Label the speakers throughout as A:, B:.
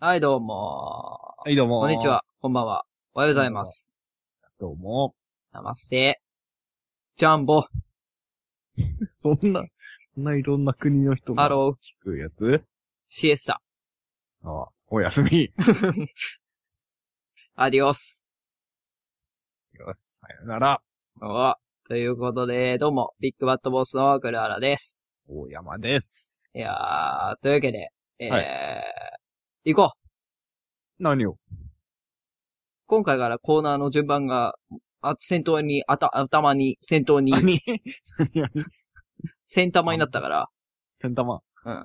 A: はい、どうも。
B: はい、どうも。
A: こんにち。は。こんばんは。おはようございます。
B: どうも。
A: ナマステ。ジャンボ。
B: そんな、そんないろんな国の人
A: ハ
B: が聞
A: ロー。
B: くやつ
A: シエスタ。
B: ああ、おやすみ。 よ
A: アディオス。
B: し、さよなら。
A: おということで、どうも、ビッグバットボスのクルアラです。
B: 大山です
A: い。やー、というわけで、えー、
B: は
A: 行こう。
B: 何を
A: 今回からコーナーの順番が、あ、先頭に、あた、頭に、先頭に、
B: 何 何何
A: 先頭になったから、
B: 千玉。
A: うん。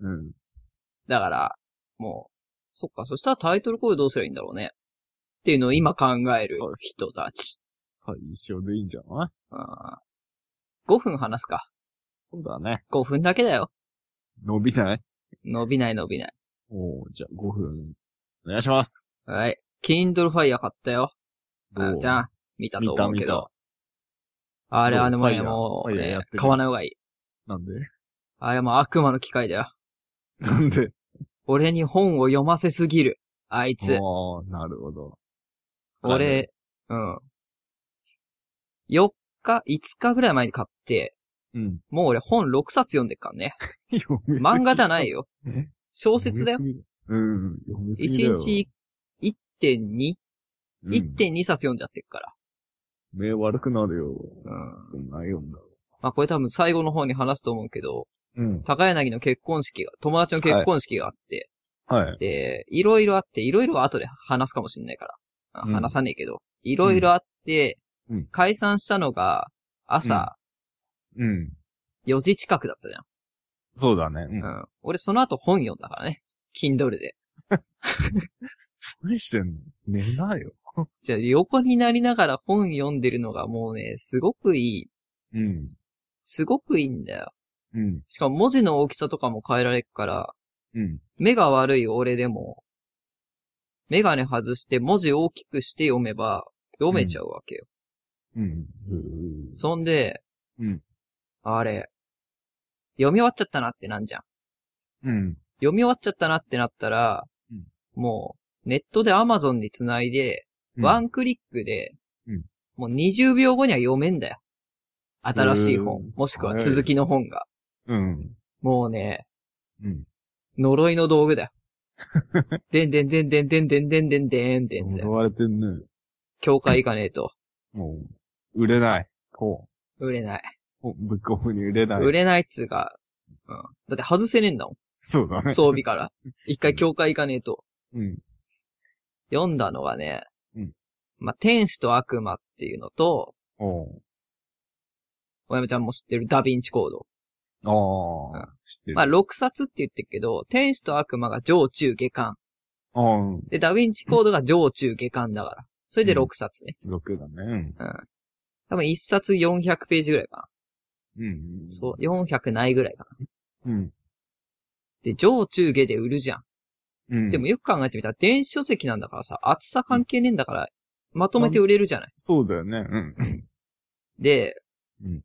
B: うん。
A: だから、もう、そっか、そしたらタイトルコールどうすればいいんだろうね。っていうのを今考える
B: そうで
A: 人たち。
B: 最初でいいんじゃない
A: 5分話すか。
B: そうだね。
A: 5分だけだよ。
B: 伸びない
A: 伸びない伸びない。
B: おー、じゃあ5分。お願いします。
A: はい。Kindle Fire 買ったよ。あ
B: おー
A: じゃあ、見たと
B: 見た
A: 思う
B: 見
A: け
B: た
A: ど。。あれはね、
B: どう
A: もうね
B: Fire
A: もう
B: Fire や
A: ね
B: って、る
A: 買わない方がいい。
B: なんで
A: あれはもう悪魔の機械だよ。
B: なんで
A: 俺に本を読ませすぎる。あいつ。
B: おー、なるほど。使えない、
A: 俺、うん。4日、5日ぐらい前に買って、
B: うん。
A: もう俺本6冊読んでっからね。
B: 読みすぎ
A: 漫画じゃないよ。
B: え
A: 小説だよ。
B: 読みすぎうん、うん読みすぎ
A: 1
B: だよ。
A: 日 1.2?1.2、
B: うん、
A: 1.2冊読んじゃってっから。
B: 目悪くなるよ。
A: うん。
B: そんな読んだろ
A: まあこれ多分最後の方に話すと思うけど、
B: う。うん。
A: 高柳の結婚式が、友達の結婚式があって、
B: はい。
A: で、いろいろあって、いろいろは後で話すかもしんないから、あ
B: うん
A: 話さねえけど、いろいろあって、
B: うん
A: 解散したのが、朝
B: うん。
A: 4時近くだったじ
B: そうだね。
A: ゃ
B: うん。
A: ん。うん。俺その後本読んだからね。Kindle で。
B: 何してんの寝なよ。
A: じゃあ横になりながら本読んでるのがもうね、すごくいい。
B: うん。
A: すごくいいんだよ。
B: うん。
A: しかも文字の大きさとかも変えられるから、
B: うん。
A: 目が悪い俺でも、メガネ外して文字大きくして読めば、読めちゃうわけよ。
B: うん。
A: そんで、
B: うん
A: あれ、読み終わっちゃったなってなんじゃん。
B: うん。
A: 読み終わっちゃったなってなったら、
B: うん
A: もう、ネットで Amazon につないで、ワンクリックで、
B: うん
A: もう20秒後には読めんだよ。新しい本
B: う、ん
A: もしくは続きの本が。
B: うん。
A: もうね、
B: うん。
A: 呪いの道具だよ。でんでんでんでんでんでんでんでんでんでんだよ
B: 呪われてんね。
A: 教会行かねえと。
B: もう、売れない。こ
A: 売れない。
B: う。おブックオフに売れない。
A: 売れないっつうか、うん。だって外せねえんだも
B: そうだ
A: ん。
B: ね。
A: 装備 から。一回教会行かねえと。
B: うん。
A: 読んだのはね、
B: うん。
A: まあ、天使と悪魔っていうのと、
B: お
A: おやめちゃんも知ってるダヴィンチコード。
B: ああ。知ってる。
A: まあ、6冊って言ってるけど、天使と悪魔が上中下巻。
B: ああ、うん。
A: で、ダヴィンチコードが上中下巻だから。それで6冊ね。
B: 6だね。
A: 多分1冊400ページぐらいか
B: うん。うん
A: な。そう、400ないぐらいかな。
B: うん。
A: で、上中下で売るじゃん。
B: うん。
A: でも、よく考えてみたら、電子書籍なんだからさ、厚さ関係ねえんだから、まとめて売れるじゃない。
B: そうだよね。うん。
A: で、
B: うん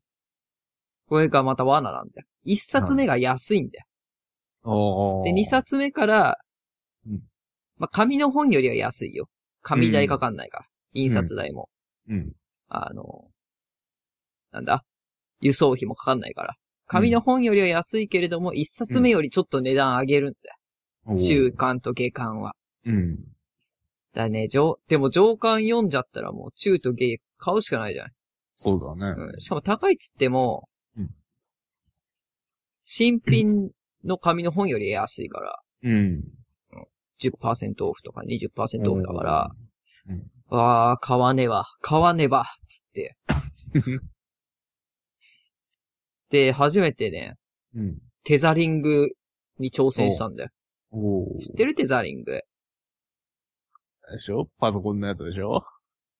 A: これがまた罠なんだよ。一冊目が安いんだよ。
B: ああ。
A: で、二冊目から、
B: うん
A: まあ、紙の本よりは安いよ。紙代かかんないから。印刷代も。
B: うん。
A: あの、なんだ輸送費もかかんないから。紙の本よりは安いけれども、一冊目よりちょっと値段上げるんだよ。
B: おー
A: 中間と下巻は。
B: うん。
A: だね、上、でも上巻読んじゃったらもう中と下買うしかないじゃない。
B: そうだね。
A: うん、しかも高いっつっても、
B: うん
A: 新品の紙の本より安いから、
B: うん。
A: 10%オフとか20%オフだから、
B: うんうん
A: わあ、買わねば、買わねば、つっ て。で、初めてね、
B: うん。
A: テザリングに挑戦したんだよ。
B: おー
A: 知ってるテザリング。
B: でしょパソコンのやつでしょ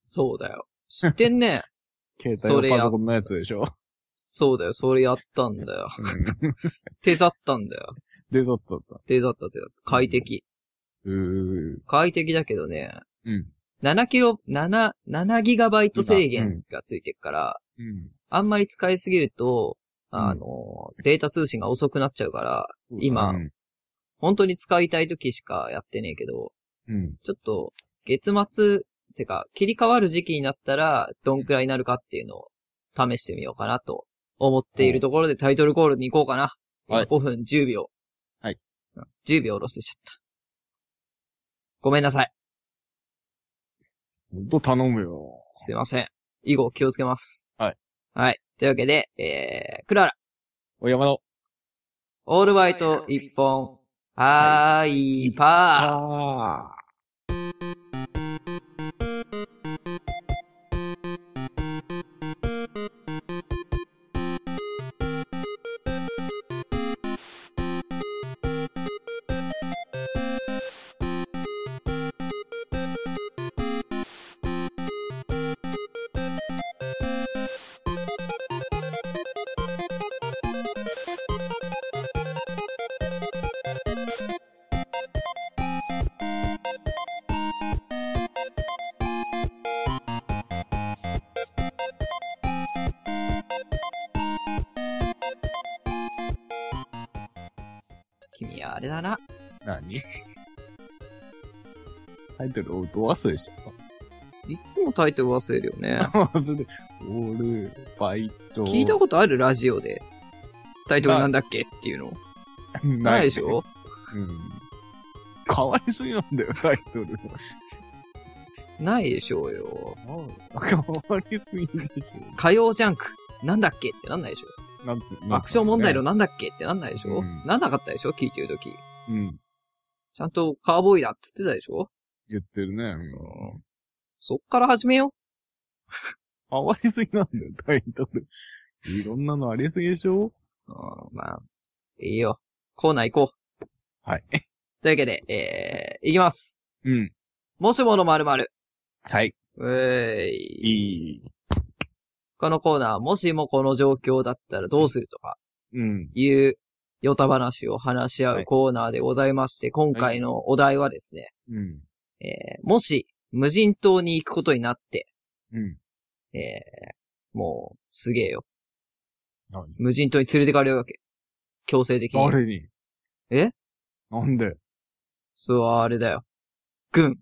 A: そうだよ。知ってん ね。
B: 携
A: それや
B: 帯のパソコンのやつでしょ
A: そうだよ、それやったんだよ。
B: うん
A: テザったんだよ。
B: で、だったった。
A: テザった、テザった。快適。
B: うー。
A: 快適だけどね、
B: うん。
A: 7キロ、7、7ギガバイト制限がついてるから、
B: うん。
A: あんまり使いすぎると、
B: ん
A: あの、データ通信が遅くなっちゃうから、
B: そうだ
A: 今
B: うん
A: 本当に使いたい時しかやってねえけど、
B: うん。
A: ちょっと、月末、てか、切り替わる時期になったら、どんくらいになるかっていうのを試してみようかなと思っているところでタイトルコールに行こうかな。
B: はい
A: 5分10秒。
B: はい
A: うん。10秒ロスしちゃった。ごめんなさい。
B: ほんと頼むよ。
A: すいません。以後気をつけます。
B: はい。
A: はい。というわけで、えー、クララ、
B: お山の。
A: オールバイト一本、はーい、パ
B: ああ。
A: ー君はあれだな。
B: 何タイトル、おど忘れしちゃっ
A: いつもタイトル忘れるよね。
B: た。忘れ。オール、バイト。
A: 聞いたことあるラジオで。タイトルなんだっけっていうの。
B: とな
A: ないでしょ
B: うん。変わりすぎなんだよ、タイトル。
A: ないでしょうよ。
B: 変わりすぎでし
A: 火曜ジャンク。なんだっけってなんないでしょ
B: ょ。なんて
A: アクション問題の。なんだっけってなんないでしょ、
B: うん
A: なんなかったでしょ聞いてるとき。
B: うん。
A: ちゃんとカーボーイだっつってたでしょ
B: 言ってるね。
A: んそっから始めよ
B: 変わりすぎなんだよ、タイトル。いろんなのありすぎでしょ
A: う。うん、まあ、いいよ。コーナー行こう。
B: はい。
A: というわけで、えー、行きます。
B: うん。
A: もしもの〇〇。
B: はい。
A: うーい。
B: いい。
A: このコーナーは、もしもこの状況だったらどうするとか、
B: うん。
A: いう、ヨタ話を話し合うコーナーでございまして、今回のお題はですね、
B: うん。
A: えーもし、無人島に行くことになって、
B: うん。
A: えーもう、すげえよ。
B: 何
A: 無人島に連れてかれるわけ。強制的に。
B: 誰に
A: え
B: なんで
A: そう、あれだよ。軍。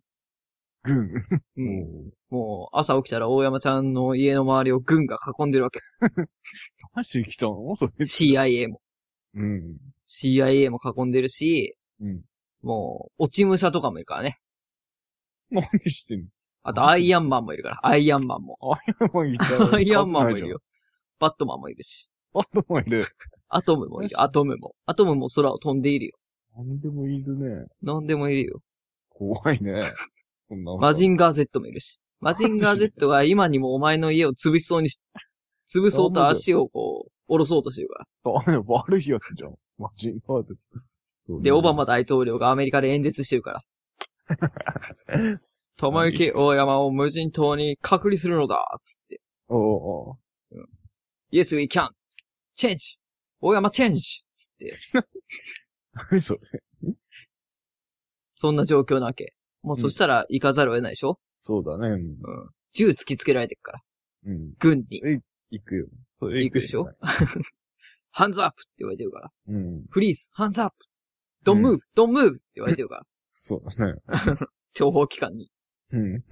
B: 軍。
A: うん
B: もう
A: もう、朝起きたら大山ちゃんの家の周りを軍が囲んでるわけ。
B: マジ来たのそれ。
A: CIA も。
B: うん。
A: CIA も囲んでるし、
B: うん。
A: もう、落ち武者とかもいるからね。
B: 何してんの
A: あと、アイアンマンもいるから、アイアンマンも。
B: マギ
A: アイアンマ ンもいるよ。。バットマンもいるし。
B: あとまで。
A: アトムもい
B: 確
A: る。
B: かに
A: アトムも。アトムも空を飛んでいるよ。
B: 何でもいるね。
A: 何でもいるよ。
B: 怖いね。そんな。
A: マジンガー Z もいるし。マジンガー Z が今にもお前の家を潰しそうにし、潰そうと足をこう、下ろそうとしてるから。
B: ダメだよ悪いやつじゃん。マジンガー Z。そう
A: で、オバマ。大統領がアメリカで演説してるから。玉行き大山を無人島に隔離するのだつって。
B: おうおう
A: Yes, we can! チェンジ大山チェンジつって。
B: 何 それ。
A: そんな状況なわけ。もうそしたら行かざるを得ないでしょ
B: そうだね。うん
A: 銃突きつけられてるから。
B: うん。
A: 軍に。
B: 行くよ。それ
A: 行くでしょハンズアップって言われてるから。
B: うん。
A: フリーズ、ハンズアップ、ドンムーブ、ドンムーブって言われてるから、
B: そうだね。
A: 情報機関に。
B: うん。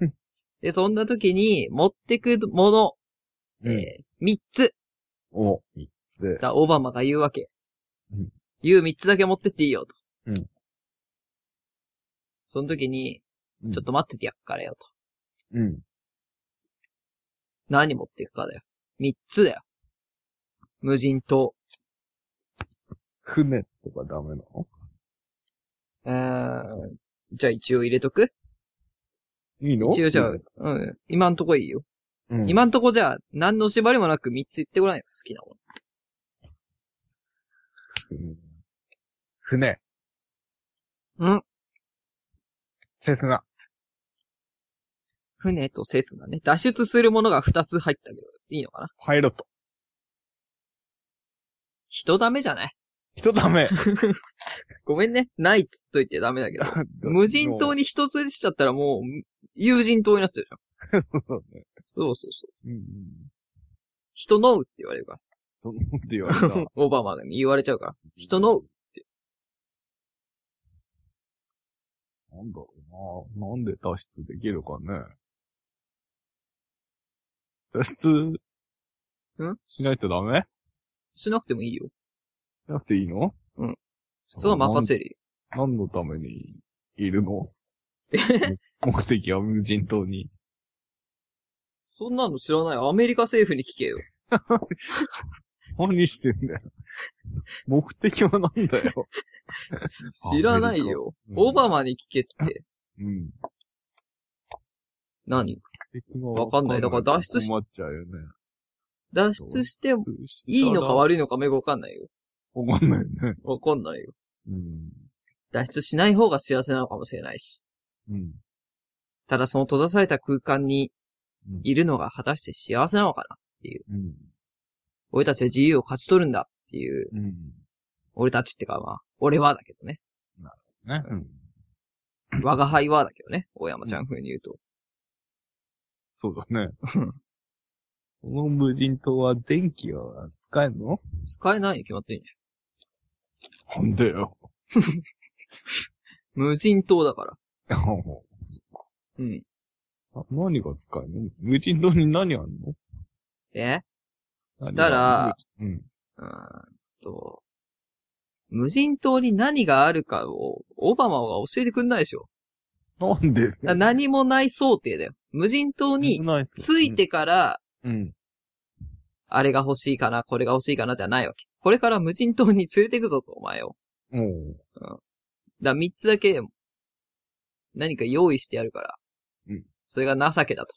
A: で、そんな時に持ってくもの、
B: え
A: えー、3つ、
B: お、三つ。
A: がオバマが言うわけ。
B: うん
A: 言う3つだけ持ってっていいよと。
B: うん
A: その時に、ちょっと待っててやっからよと。
B: うん。
A: 何持っていくかだよ。3つだよ。無人島。
B: 船とかダメなの
A: うーん。じゃあ一応入れとく
B: いいの
A: 一応じゃあ、うん。今んとこいいよ。
B: うん、
A: 今んとこじゃあ、何の縛りもなく3つ言ってごらんよ。好きなもの。
B: うん船。
A: うん。
B: セスナ。
A: 船とセスナね。脱出するものが2つ入ったけど、いいのかな
B: パイロット。
A: 人ダメじゃない
B: 人ダメ。
A: ごめんね。ないっつっといてダメだけど。無人島
B: に。
A: に一つでしちゃったらもう、友人島になっちゃうじゃん。
B: そうだね
A: そうそうそうそう。
B: うん。
A: 人のうって言われるか
B: と思って言われた。
A: ら。オバマに言われちゃうから。人のう。
B: なんだろうな。なんで脱出できるかね。脱出
A: ん
B: しないとダメ
A: しなくてもいいよ。
B: しなくていいの
A: うん。それは任せるよ。
B: なん。何のためにいる の目的は無人島に。
A: そんなの知らない。アメリカ政府に聞けよ。
B: 何してんだよ。目的はなんだよ。
A: 知らないよ。
B: うん
A: オバマに聞けって。
B: うん。
A: 何
B: 目的が
A: わかんないだから脱出し
B: 困っちゃうよね。
A: 脱出して
B: 脱出したら
A: いいのか悪いのか目がわかんないよ。
B: わかんないよね。
A: わかんないよ。
B: うん。
A: 脱出しない方が幸せなのかもしれないし。
B: うん。
A: ただその閉ざされた空間に
B: うん
A: いるのが果たして幸せなのかな。
B: うん。
A: 俺たちは自由を勝ち取るんだっていう、
B: うん。
A: 俺たちってかまあ、俺はだけどね。
B: ね。うん。
A: 我が輩はだけどね。大山ちゃん風に言うと。
B: そうだね。
A: うん
B: この無人島は電気は使えんの
A: 使えないに決まってんじ
B: なん だよ。
A: ゃん。無人島だから。
B: あも
A: うん。
B: うあ何が使えるの無人島に何あんの
A: え
B: 何
A: したら、
B: うん。
A: うーんと、無人島に何があるかを、オバマは教えてくれないでしょ。
B: なんで
A: だから何もない想定だよ。無人島につい、てから、
B: うん。
A: あれが欲しいかな、これが欲しいかなじゃないわけ。これから無人島に連れてくぞと、お前を。
B: もう、
A: だから三つだけ、何か用意してやるから。
B: うん。
A: それが情けだと。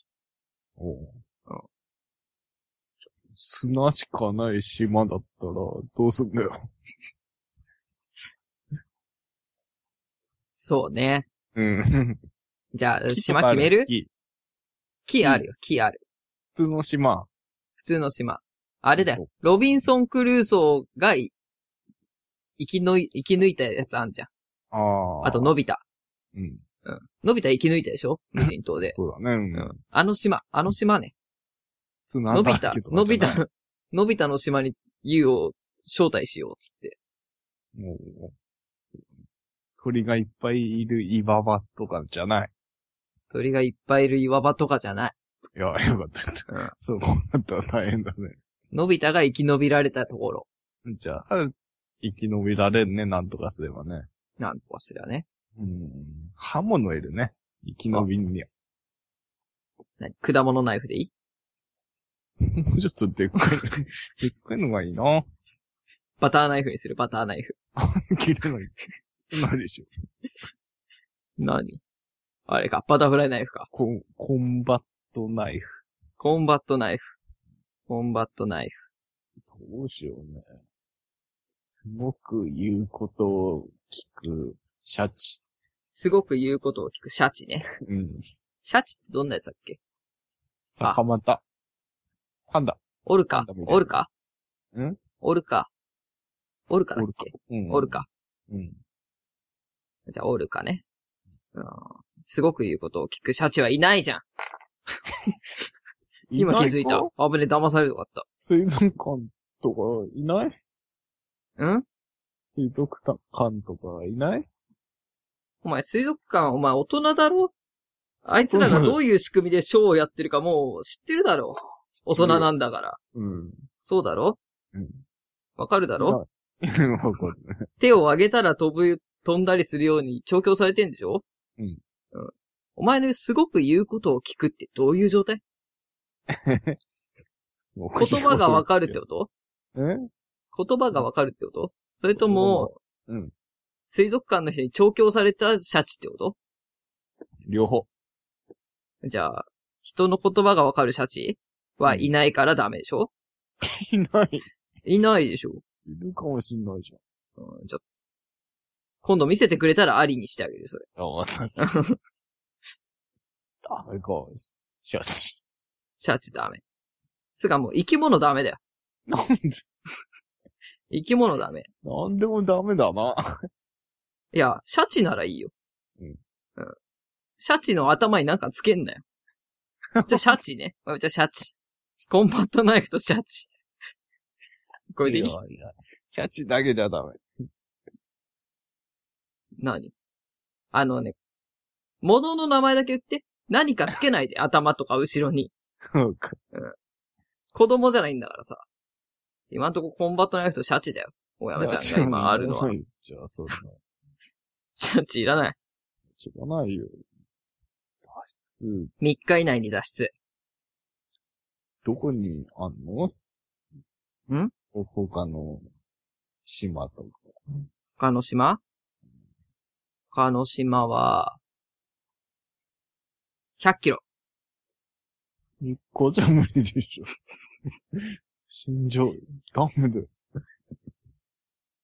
B: おう
A: うん
B: 砂しかない島だったら、どうすんだよ。
A: そうね。
B: うん。
A: じゃあ、島決める
B: 木
A: 木あるよ、木ある。
B: 普通の島。
A: 普通の島。あれだよ。ロビンソン・クルーソーがい、生きのい、生き抜いたやつあんじゃん。
B: ああ。
A: あと、のび太。
B: うん。
A: のび太生き抜いたでしょ無人 島で。
B: そうだね。うん
A: うん。あの島、あの島ね。
B: 砂
A: のび
B: だ
A: 太
B: らけ、とか
A: の
B: じ
A: び
B: ゃない
A: 太、 のび太の島にユウを招待しよう、つって。
B: もう、鳥がいっぱいいる岩場とかじゃない。
A: 鳥がいっぱいいる岩場とかじゃない。
B: いや、よかったよかった。そう、こうなったら大変だね。
A: のび太が生き延びられたところ。
B: じゃあ、生き延びられんね、なんとかすればね。
A: なんとかすりゃね。
B: うん。刃物いるね。生き延びには。
A: 何果物ナイフでいい
B: もうちょっとでっかい、でっかいのがいいな。
A: バターナイフにする、バターナイフ。
B: 切れない。ないでしょ。
A: 何あれか、バタフライナイフか。
B: コン、コンバットナイフ。
A: コンバットナイフ。コンバットナイフ。
B: どうしようね。すごく言うことを聞く、シャチ。
A: すごく言うことを聞くシャチね。
B: うん。
A: シャチってどんなやつだっけ
B: 坂又。パンダ。
A: オルカ
B: なんだみたいな
A: オルカ
B: ん
A: オルカオルカだっけ
B: うん
A: オル。カ。
B: うん。
A: じゃあ、オルカね。うん。すごく言うことを聞くシャチはいないじゃん。今気づいた
B: なか。
A: 危ねえ、騙されるかっ
B: 水族館とかいない
A: た。ん
B: 水族館とかいない
A: お前、水族館、お前、大人だろあいつらがどういう仕組みでショーをやってるかもう知ってるだろ大人なんだから。
B: うん。
A: そうだろ
B: うん。
A: わかるだろ
B: いないわかんない
A: 手を上げたら飛ぶ、飛んだりするように調教されてんでしょ
B: うん。
A: うん。お前のすごく言うことを聞くってどういう状態
B: もう
A: 言葉がわかるってこと
B: え
A: 言葉がわかるってことそれとも、
B: うん。
A: 水族館の人に調教されたシャチってこ
B: 両方。
A: とじゃあ、人の言葉がわかるシャチはいないからダメでしょ
B: いない。
A: いないでしょ、
B: いるかもしんないじ
A: うん、じゃあ、今度見せてくれたらありにしてあげる、それ。
B: ゃん。あ、わかった。誰か、シャチ。
A: シャチダメ。つかもう生き物ダメだよ。
B: なんで、
A: 生き物ダメ。
B: なんでもダメだな。
A: いや、シャチならいいよ。
B: うん。
A: うん。シャチの頭になんかつけんなよ。じゃあ、 シャチね。じゃあ、シャチ。コンバットナイフとシャチ。これでいい
B: ややシャチだけじゃダメ。
A: 何あのね、物の名前だけ言って。何かつけない で、頭とか後ろに。
B: わか
A: 子供じゃないんだからさ。今んとこコンバットナイフとシャチだよ。小山ちゃんが今あるのは。。
B: じゃあ、そうだな。
A: シャチいらない。
B: しょうがないよ。脱出、
A: 3日以内に脱出。
B: どこにあんの
A: ん
B: 他の島とか。
A: 他の島他の島は、100キロ。
B: 日光じゃ無理でしょ。 心情、ダムで。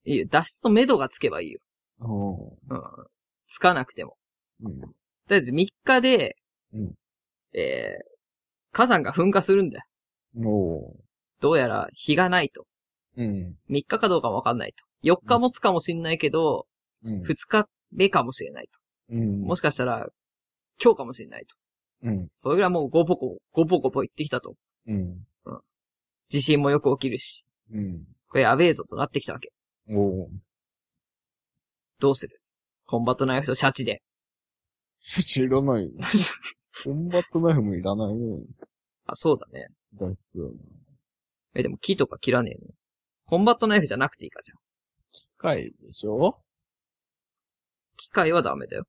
A: いいよ脱出の目処がつけばいいよ。
B: ああ
A: つかなくても。
B: うん。
A: とりあえず3日で、
B: うん
A: えー、火山が噴火するんだよ。
B: も
A: どうやら日がないと。
B: う、うん。
A: 3日かどうかもわかんないと。4日持つかもしんないけど、
B: うん。
A: 2日目かもしれないと。
B: うん。
A: もしかしたら、今日かもしれないと。
B: うん。
A: それぐらいもうゴポコ、ゴポゴポ言ってきたと。
B: うん。
A: 地震もよく起きるし、
B: うん。
A: これやべえぞとなってきたわけ。
B: おう。
A: どうするコンバットナイフとシャ チで。
B: 知らない。コンバットナイフもいらないよ。
A: あ、そうだね。
B: 脱出は。
A: え、でも木とか切らねえの。コンバットナイフじゃなくていいかじゃん。
B: 機械でしょ
A: 機械はダメだよ。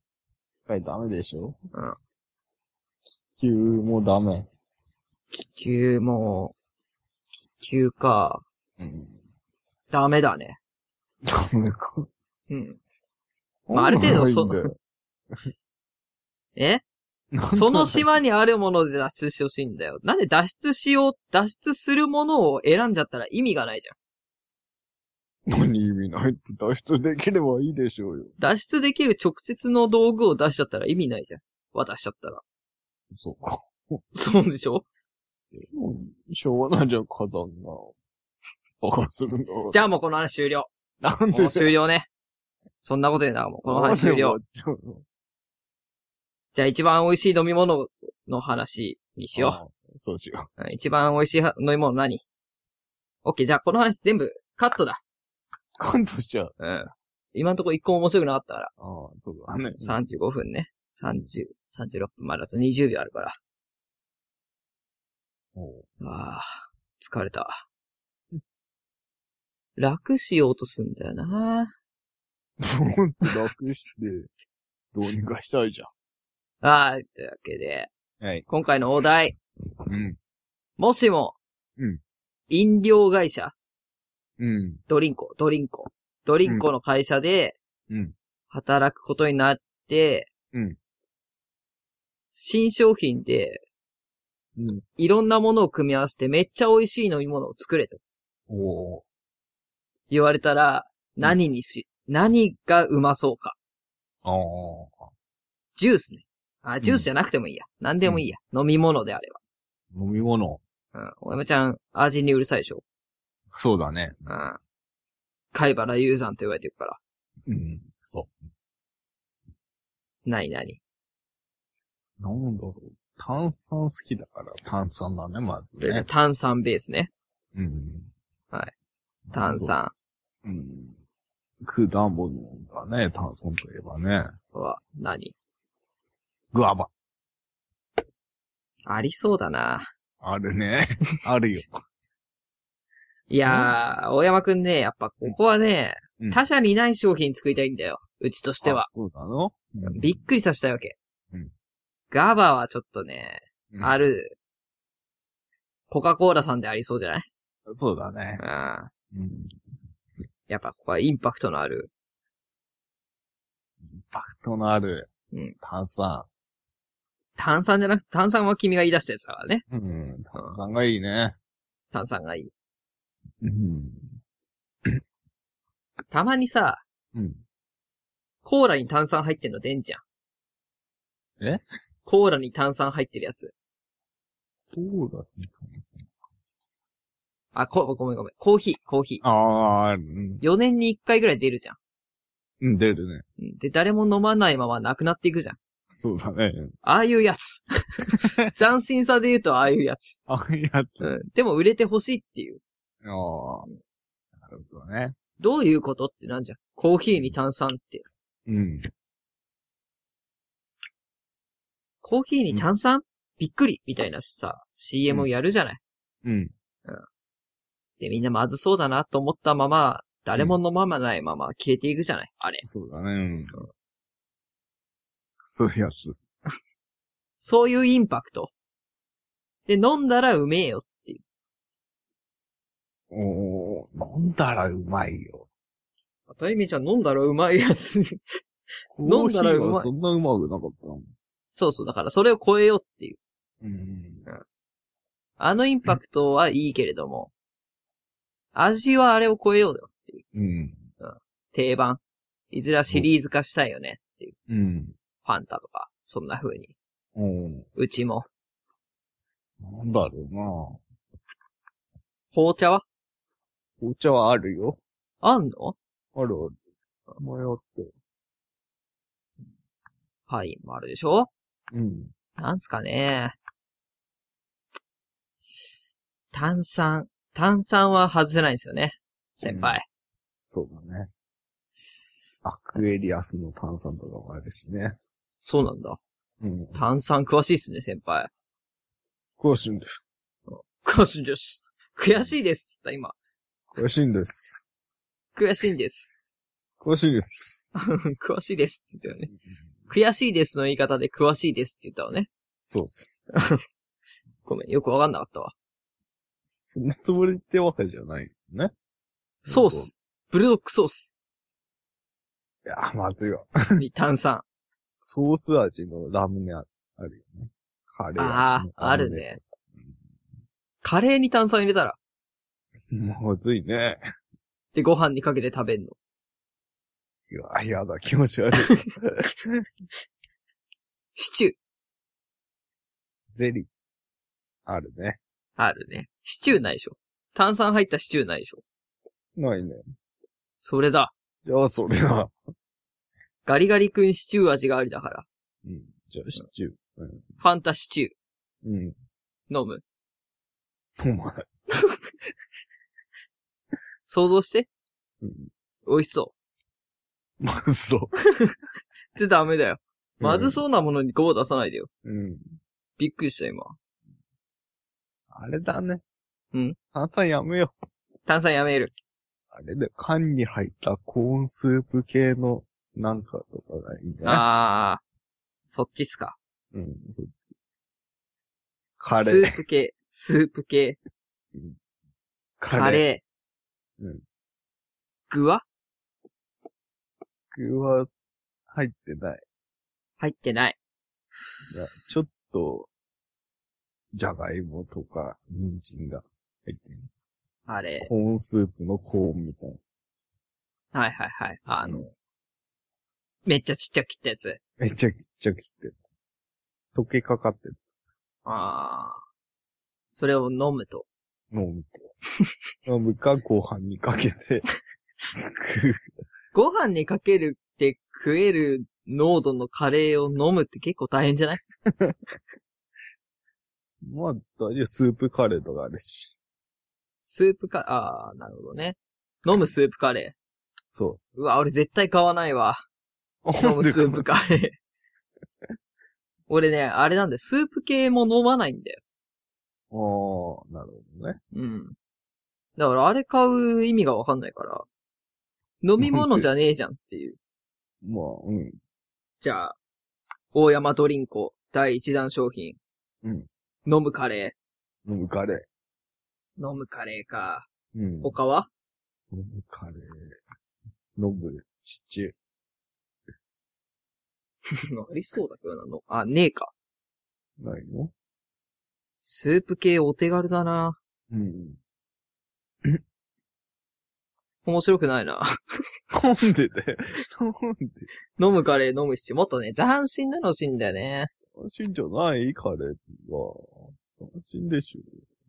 B: 機械ダメでしょ
A: うん。
B: 気球もダメ。
A: 気球も、気球か。
B: うん。
A: ダメだね。
B: ダメか。
A: うん。まあある程度そう
B: なんだよ
A: えその島にあるもので脱出してほしいんだよ。なんで脱出しよう、脱出するものを選んじゃったら意味がないじゃん。
B: 何意味ないって脱出できればいいでしょうよ。
A: 脱出できる直接の道具を出しちゃったら意味ないじゃん。渡しちゃったら。
B: そうか。
A: そうでしょ
B: しょうがないじゃん、火山が。バカするんだ。
A: じゃあもうこの話終了。
B: なん
A: も
B: で
A: う終了ね。そんなこと言うな、もうこの話終了。。じゃあ一番美味しい飲み物の話にしよ
B: ああ。そうしよ
A: う。うん一番美味しいは飲み物何オッケー、じゃあこの話全部カットだ。
B: う。カントしちゃう。
A: うん。今んとこ一個も面白くなかったから。
B: ああ、そうだね。
A: 35分ね。30、36分まであと20秒あるから。
B: おう
A: ああ、疲れた。楽しようとすんだよな。
B: どうって楽して、どうにかしたいじ
A: ああ、というわけで、
B: ゃん。はい。
A: 今回のお題、
B: うん。
A: もしも、
B: うん
A: 飲料会社、
B: うん。
A: ドリンコ、ドリンコ、ドリンコの会社で
B: うん。
A: 働くことになって、
B: うん
A: 新商品で、
B: うん。
A: いろんなものを組み合わせてめっちゃ美味しい飲み物を作れと
B: おう
A: 言われたら、何にし、何がうまそうか。
B: ああ。
A: ジュースね。あ、ジュースじゃなくてもいいや。何でもいいや。飲み物であれ
B: 飲み物。
A: ば。うん。おやめちゃん、味にうるさいでしょ。
B: そうだね。
A: うん。貝原雄山と言われてるから。
B: うん。そ
A: なになに。
B: う。なんだろう。炭酸好きだから炭酸だね、まずね。
A: 炭酸ベースね。
B: うん。
A: はい。炭。酸
B: うん。果物だね、炭酸といえばね。
A: は何、
B: グアバ。
A: ありそうだな。
B: ある ね。あるよ。
A: いやー、大山くんね、やっぱここはね、
B: うん
A: 他社にない商品作りたいんだよ。うちとしては
B: あ。。そうなの
A: びっくりさせたいわけ。
B: うん
A: ガバはちょっとね、あ
B: る。
A: る、コカ・コーラさんでありそうじゃない
B: そうだね
A: う。ん。
B: うん。
A: やっぱここはインパクトのある。
B: バクトのある
A: うん。
B: 炭酸。
A: 炭酸じゃなくて、炭酸は君が言い出したやつだからね。
B: うん。炭酸がいいね。
A: 炭酸がいい。
B: うん。
A: たまにさ、
B: うん。
A: コーラに炭酸入ってんの出んじゃん。
B: え
A: コーラに炭酸入ってるやつ。
B: どうだって炭酸。
A: あ、こ、ごめんごめん。コーヒー、コーヒー。
B: ああ、うん。
A: 4年に1回ぐらい出るじゃん
B: うん出るね。
A: うん。で、誰も飲まないままなくなっていくじゃん。
B: そうだね。
A: ああいうやつ。斬新さで言うとああいうやつ。
B: ああいうやつ。
A: うん。でも売れてほしいっていう。
B: ああ。なるほどね。
A: どういうことってなんじゃん。コーヒーに炭酸って。
B: うん。
A: コーヒーに炭酸、びっくりみたいなさ、CM をやるじゃない。
B: うん。
A: で、みんなまずそうだなと思ったまま、誰も飲まないまま消えていくじゃないあれ。
B: そうだね。うん。そういうやつ。
A: そういうインパクト。で、飲んだらうめえよっていう。
B: おー、飲んだらうまいよ。
A: 当たり前じゃん、飲んだらうまいやつ。
B: コ
A: 飲
B: ー
A: ん
B: ヒ
A: だらう
B: ー
A: まい
B: はそんなうまくなかったな。
A: そうそう、だからそれを超えようっていう。
B: うん。
A: あのインパクトはいいけれども、味はあれを超えようだよ。
B: うん。
A: 定番。いずれはシリーズ化したいよねっていう。
B: うん。
A: ファンタとか、そんな風に。
B: うん。
A: うちも。
B: なんだろ
A: 紅茶は
B: うな。お茶はあるよ。
A: あんの
B: あるある。迷って。
A: パインもあるでしょ
B: うん。
A: なんすかね。炭酸。炭酸は外せないんですよね。先輩。
B: そうだね。アクエリアスの炭酸とかもあるしね。
A: そうなんだ。
B: うん。
A: 炭酸詳しいっすね、先輩。
B: 詳しいんです。
A: 悔しいです。悔しいですっつった、今。
B: 詳しいんです。
A: 悔しいんです。
B: 詳しいです。
A: 詳しいですって言ったよね。悔しいですの言い方で詳しいですって言ったわね。
B: そうっす。
A: ごめん、よくわかんなかったわ。
B: そんなつもりってわけじゃないよね。
A: ソース。ブルドックソース。
B: いや、まずいわ。
A: に炭酸。
B: ソース味のラムネああるよね。カレー
A: あ
B: 味の
A: あ、あ
B: ラム
A: る
B: ネ。
A: ね。カレーに炭酸入れたら。
B: まずいね。
A: で、ご飯にかけて食べんの。
B: いや、やだ、気持ち 悪い。
A: シチュー。
B: ゼリー。あるね。
A: あるね。シチューないでしょ。炭酸入ったシチューないでしょ。
B: ないね。
A: それだ。
B: じゃあ、それだ。
A: ガリガリ君シチュー味がありだから。
B: うん。じゃあ、シチュー。
A: ファンタシチュ
B: うん。
A: ー。飲む。
B: お前。
A: 想像して。
B: うん。
A: 美味しそ
B: まずそう。
A: う。ちょっとダメだよ。まずそうなものに5を出さないでよ。
B: うん。
A: びっくりした、今。
B: あれだね。
A: うん。
B: 炭酸やめよう。
A: 炭酸やめる。
B: あれで、缶に入ったコーンスープ系のなんかとかがいいんじゃない
A: あー。そっちっすか。
B: うん、そっち。カレ
A: ス
B: ー。
A: ープ系、スープ系、
B: カ
A: カ
B: レ
A: レー。
B: うん。
A: 具は
B: ーは入ってない。
A: 入ってない。
B: いや、ちょっと、じゃがいもとか、人参が入ってる。
A: あれ。
B: コーンスープのコーンみたいな。
A: はいはいはい。あの、
B: うん
A: めっちゃちっちゃく切ったやつ。
B: めっちゃちっちゃく切ったやつ。溶けかかったやつ。
A: あー。それを飲むと。
B: 飲 むと。飲むか、ご飯にかけて。
A: ご飯にかけるって食える濃度のカレーを飲むって結構大変じゃない
B: まあ、大丈夫。スープカレーとかあるし。
A: スープカレー、あー、なるほどね。飲むスープカレ
B: そうっす。
A: ー。うわ、俺絶対買わないわ。飲むスープカレー。俺ね、あれなんで、スープ系も飲まないんだよ。
B: あー、なるほどね。
A: うん。だからあれ買う意味がわかんないから、飲み物じゃねえじゃんっていう。
B: まあ、うん。
A: じゃあ、大山ドリンコ第1弾商品。
B: うん。
A: 飲むカレ
B: 飲むカレー。
A: ー。飲むカレーか。
B: うん。
A: 他は
B: 飲むカレー。飲むシチュー。
A: ありそうだけどなの。あ、ねえか。
B: ないの
A: スープ系お手軽だな。
B: うん。
A: 面白くないな。
B: 飲んでて。飲んで。
A: 飲むカレー飲むし、もっとね、斬新なの欲しいんだよね。
B: 斬新じゃないカレーは。斬新でしょ。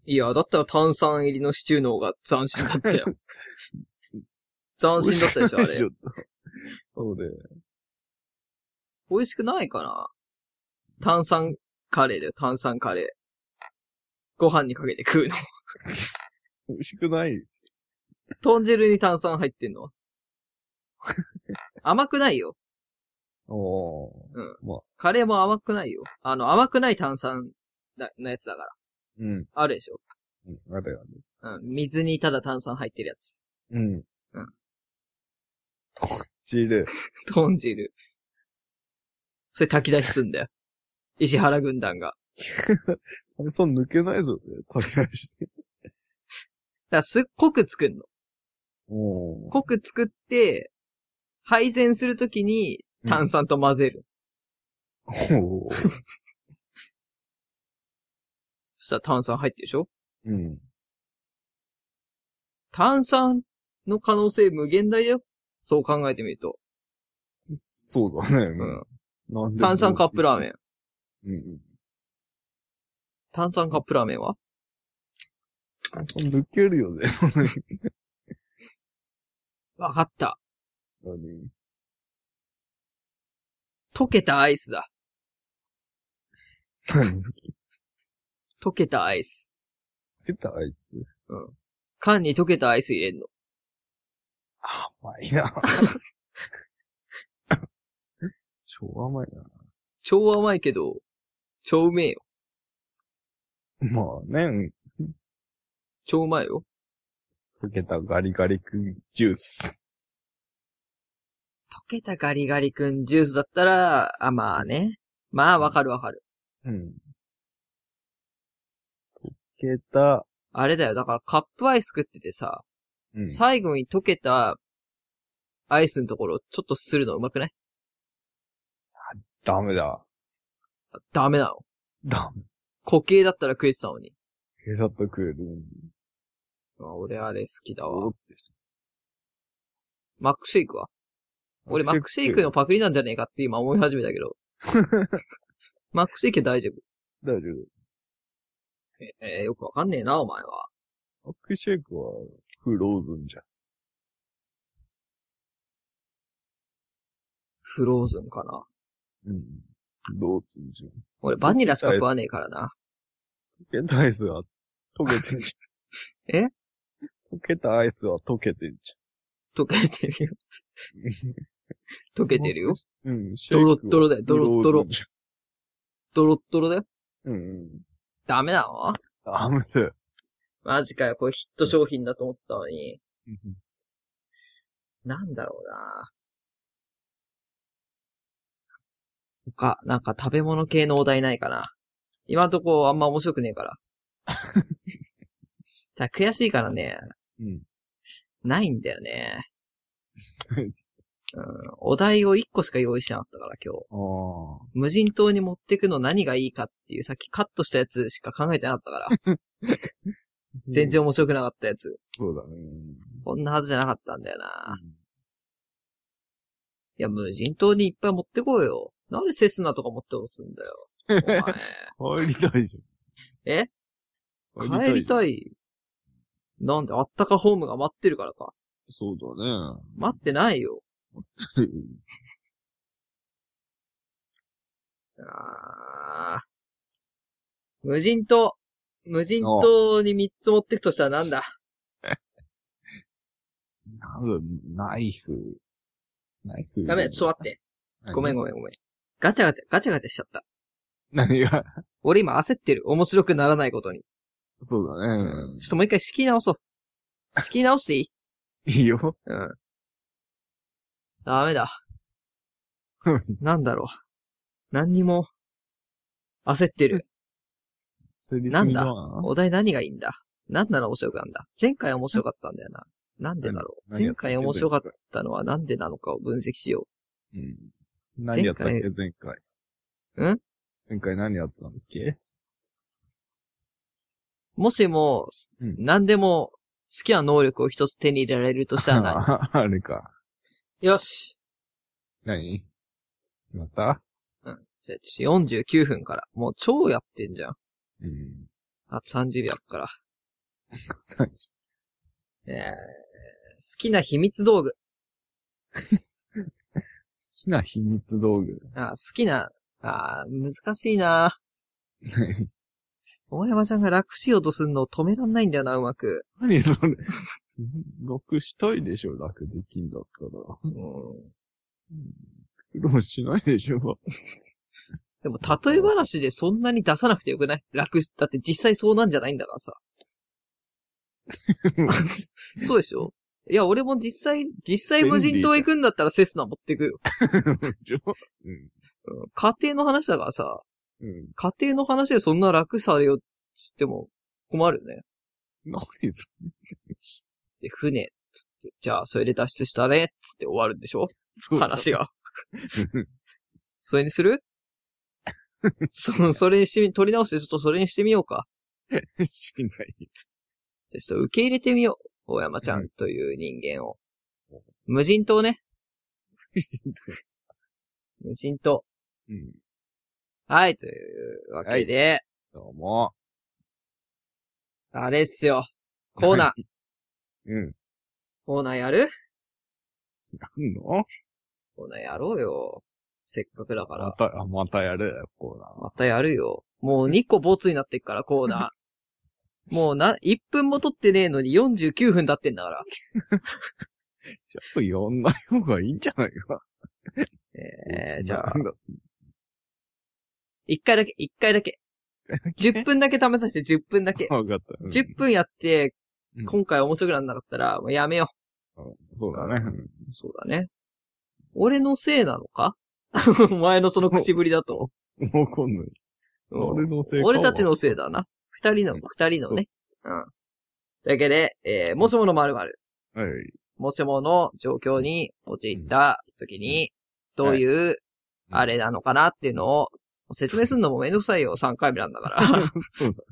A: いや、だったら炭酸入りのシチューの方が斬新だった よ。斬新だったでしょ、あ
B: 美味し
A: れ。
B: くないょ。そうで。
A: 美味しくないかな炭酸カレーだよ、炭酸カレー。ご飯にかけて食うの。
B: 美味しくない。
A: 豚汁に炭酸入ってんの。甘くないよ。
B: おー。
A: カレーも甘くないよ。あの、甘くない炭酸だのやつだから。
B: うん。
A: あるでしょ。
B: うん。あれはね。
A: うん。水にただ炭酸入ってるやつ。
B: うん。
A: うん。
B: こっちで。
A: 豚汁。それ炊き出しすんだよ。石原軍団が。
B: 炭酸抜けないぞ。食べ出して。
A: だからすっごく作んの。
B: おー。
A: 濃く作って、配膳するときに炭酸と混ぜる。
B: おー。
A: そしたら炭酸入ってるでしょ
B: うん。
A: 炭酸の可能性無限大だよ。そう考えてみると。
B: そうだね。
A: うん。
B: なんで
A: 炭酸カップラーメ
B: ン。
A: ン。
B: うん。
A: 炭酸カップラーメンは
B: 炭酸抜けるよね。そんなに
A: わかった。
B: 何
A: 溶けたアイスだ。
B: 何
A: 溶けたアイス。
B: 出たアイス。
A: 缶に溶けたアイス入れんの。
B: 甘いな。超甘いな。
A: 超甘いけど、超うめえよ。
B: まあね、
A: 超うまいよ。
B: 溶けたガリガリ君ジュース。
A: 溶けたガリガリ君ジュースだったら、あ、まあね。まあわかるわかる。
B: うん。溶けた、
A: あれだよ。だからカップアイス食っててさ、
B: うん。
A: 最後に溶けたアイスのところちょっとするのうまくない
B: ダメだ。
A: ダメなの。
B: ダメ。
A: 固形だったら食えてたのに。
B: 警察と食える。
A: あ俺あれ好きだ
B: お
A: わ
B: っ。てし
A: マックシェイクは俺マックシェイクの。パクリなんじゃねえかって今思い始めたけ ど。マックシェイク大丈夫。
B: 大丈夫。
A: ええーよくわかんねえな、お前は。
B: マックシェイクはフローズンじゃん。
A: フローズンかな。
B: うん。フローズンじゃん。
A: 俺バニラしか食わねえからな。
B: 溶けたアイスは溶けてんじゃん。
A: え
B: 溶けたアイスは溶けてんじ
A: 溶けてるよ。溶けてるよ。。
B: うん、シ
A: ドロ
B: ェイ
A: ッドロ
B: ク
A: だよ、ドロッド
B: ドロ
A: ロ
B: ー。ズンじ
A: ドロッドロだよ。
B: ゃん。うんうん。
A: ダメなの
B: ダメだよ。
A: マジかよ、これヒット商品だと思ったのに。なんだろうな。他、なんか食べ物系のお題ないかな。今んとこあんま面白くねえから。だから悔しいからね、
B: うん。
A: ないんだよね。うん、お題を1個しか用意しなかったから今日。
B: ああ。
A: 無人島に持ってくの何がいいかっていう、さっきカットしたやつしか考えてなかったから。全然面白くなかったやつ。
B: そうだね。
A: こんなはずじゃなかったんだよ
B: う
A: な。
B: ん
A: いや、無人島にいっぱい持ってこいよ。なんでセスナとか持ってこすんだよ。お前
B: 帰りたいじ
A: え
B: ゃん。
A: 帰り
B: い。
A: たい。なんで、あったかホームが待ってるからか。
B: そうだね。
A: 待ってないよ。あー無人島。無人島に3つ持ってくとしたらなんだ
B: 多分、ナイフ。ナイフ。
A: ダメ、ちょっと待って。ごめんご
B: ん。
A: めんごめん。ガチャガチャ、ガチャガチャしちゃった。
B: 何が、
A: 俺今焦ってる。面白くならないことに。
B: そうだね。
A: ちょっともう一回仕切り直そう。仕切り直していい
B: いいよ。
A: うん。ダメだ。なんだろう。何にも、焦ってる。
B: すりすぎだな。
A: お題何がいいんだ何なら面白くなんだ前回面白かったんだよな。なんでだろう
B: 何や
A: 前
B: ったっけ
A: 回面白かったのはなんでなのかを分析しよ
B: うん。何やったっけ、前回。
A: ん
B: 前回何やったんだっけ
A: う。もしも、
B: うん
A: 何でも好きな能力を一つ手に入れられるとしたら何
B: ああれか。
A: よし
B: 何また
A: うん。じゃあ49分から。もう超やってんじゃん。
B: うん。
A: あと30秒あっから。
B: さ
A: えー、好きな秘密道具。
B: 好きな秘密道具。
A: あ好きな、あー難しいな
B: 何
A: 大山ちゃんが楽しようとするのを止めらんないんだよな、うまく。
B: 何それ。 楽したいでしょ、楽できんだったら。
A: うん。
B: 苦労しないでしょ。
A: でも、例え話でそんなに出さなくてよくない楽し、だって実際そうなんじゃないんだからさ。そうでしょいや、俺も実際、実際無人島行くんだったらセスナ持ってくよ。
B: うん。
A: うん家庭の話だからさ、
B: うん。
A: 家庭の話でそんな楽されようっても困るよね。
B: 何そ
A: で、船、つって、じゃあ、それで脱出したね、つって終わるんでしょ
B: そうだ
A: 話が。
B: うん
A: それにする そ、それにしてみ、取り直してちょっとそれにしてみようか。
B: しない。
A: じゃあちょっと受け入れてみよう。大山ちゃ
B: うん
A: という人間を。無人島 ね。無人島。
B: うん。
A: はい、というわけで、
B: どうも。
A: あれっすよ。コーナー、
B: うん。
A: コーナーやる
B: なんの
A: コーナーやろうよ。せっかくだか
B: ま
A: ら。
B: た、あまたやるよ、コーナー。
A: またやるよ。もう2個ボツになってっから、コーナー。 もうな、1分も取ってねえのに49分経ってんだから。
B: ちょっと呼んない方がいいんじゃないか。
A: えー、じゃあ
B: な、んだ
A: 1回だけ、1回だけ。10分だけ試させて、10分だけ。
B: わかった。うん
A: 10分やって
B: うん、
A: 今回面白くなんなかったら、もうやめよ
B: そうだね。うん
A: う。そうだね。俺のせいなのか お前のその口ぶりだと。
B: もう今度、
A: うん
B: 俺のせいか
A: 俺たちのせいだな。二人の、二人のね。
B: そう
A: というわけで、えー、もしもの〇〇。
B: はい。
A: もしもの状況に陥った時に、どういう、
B: はい
A: あれなのかなっていうのを、説明するのもめんどくさいよ、3回目なんだか
B: そうだ。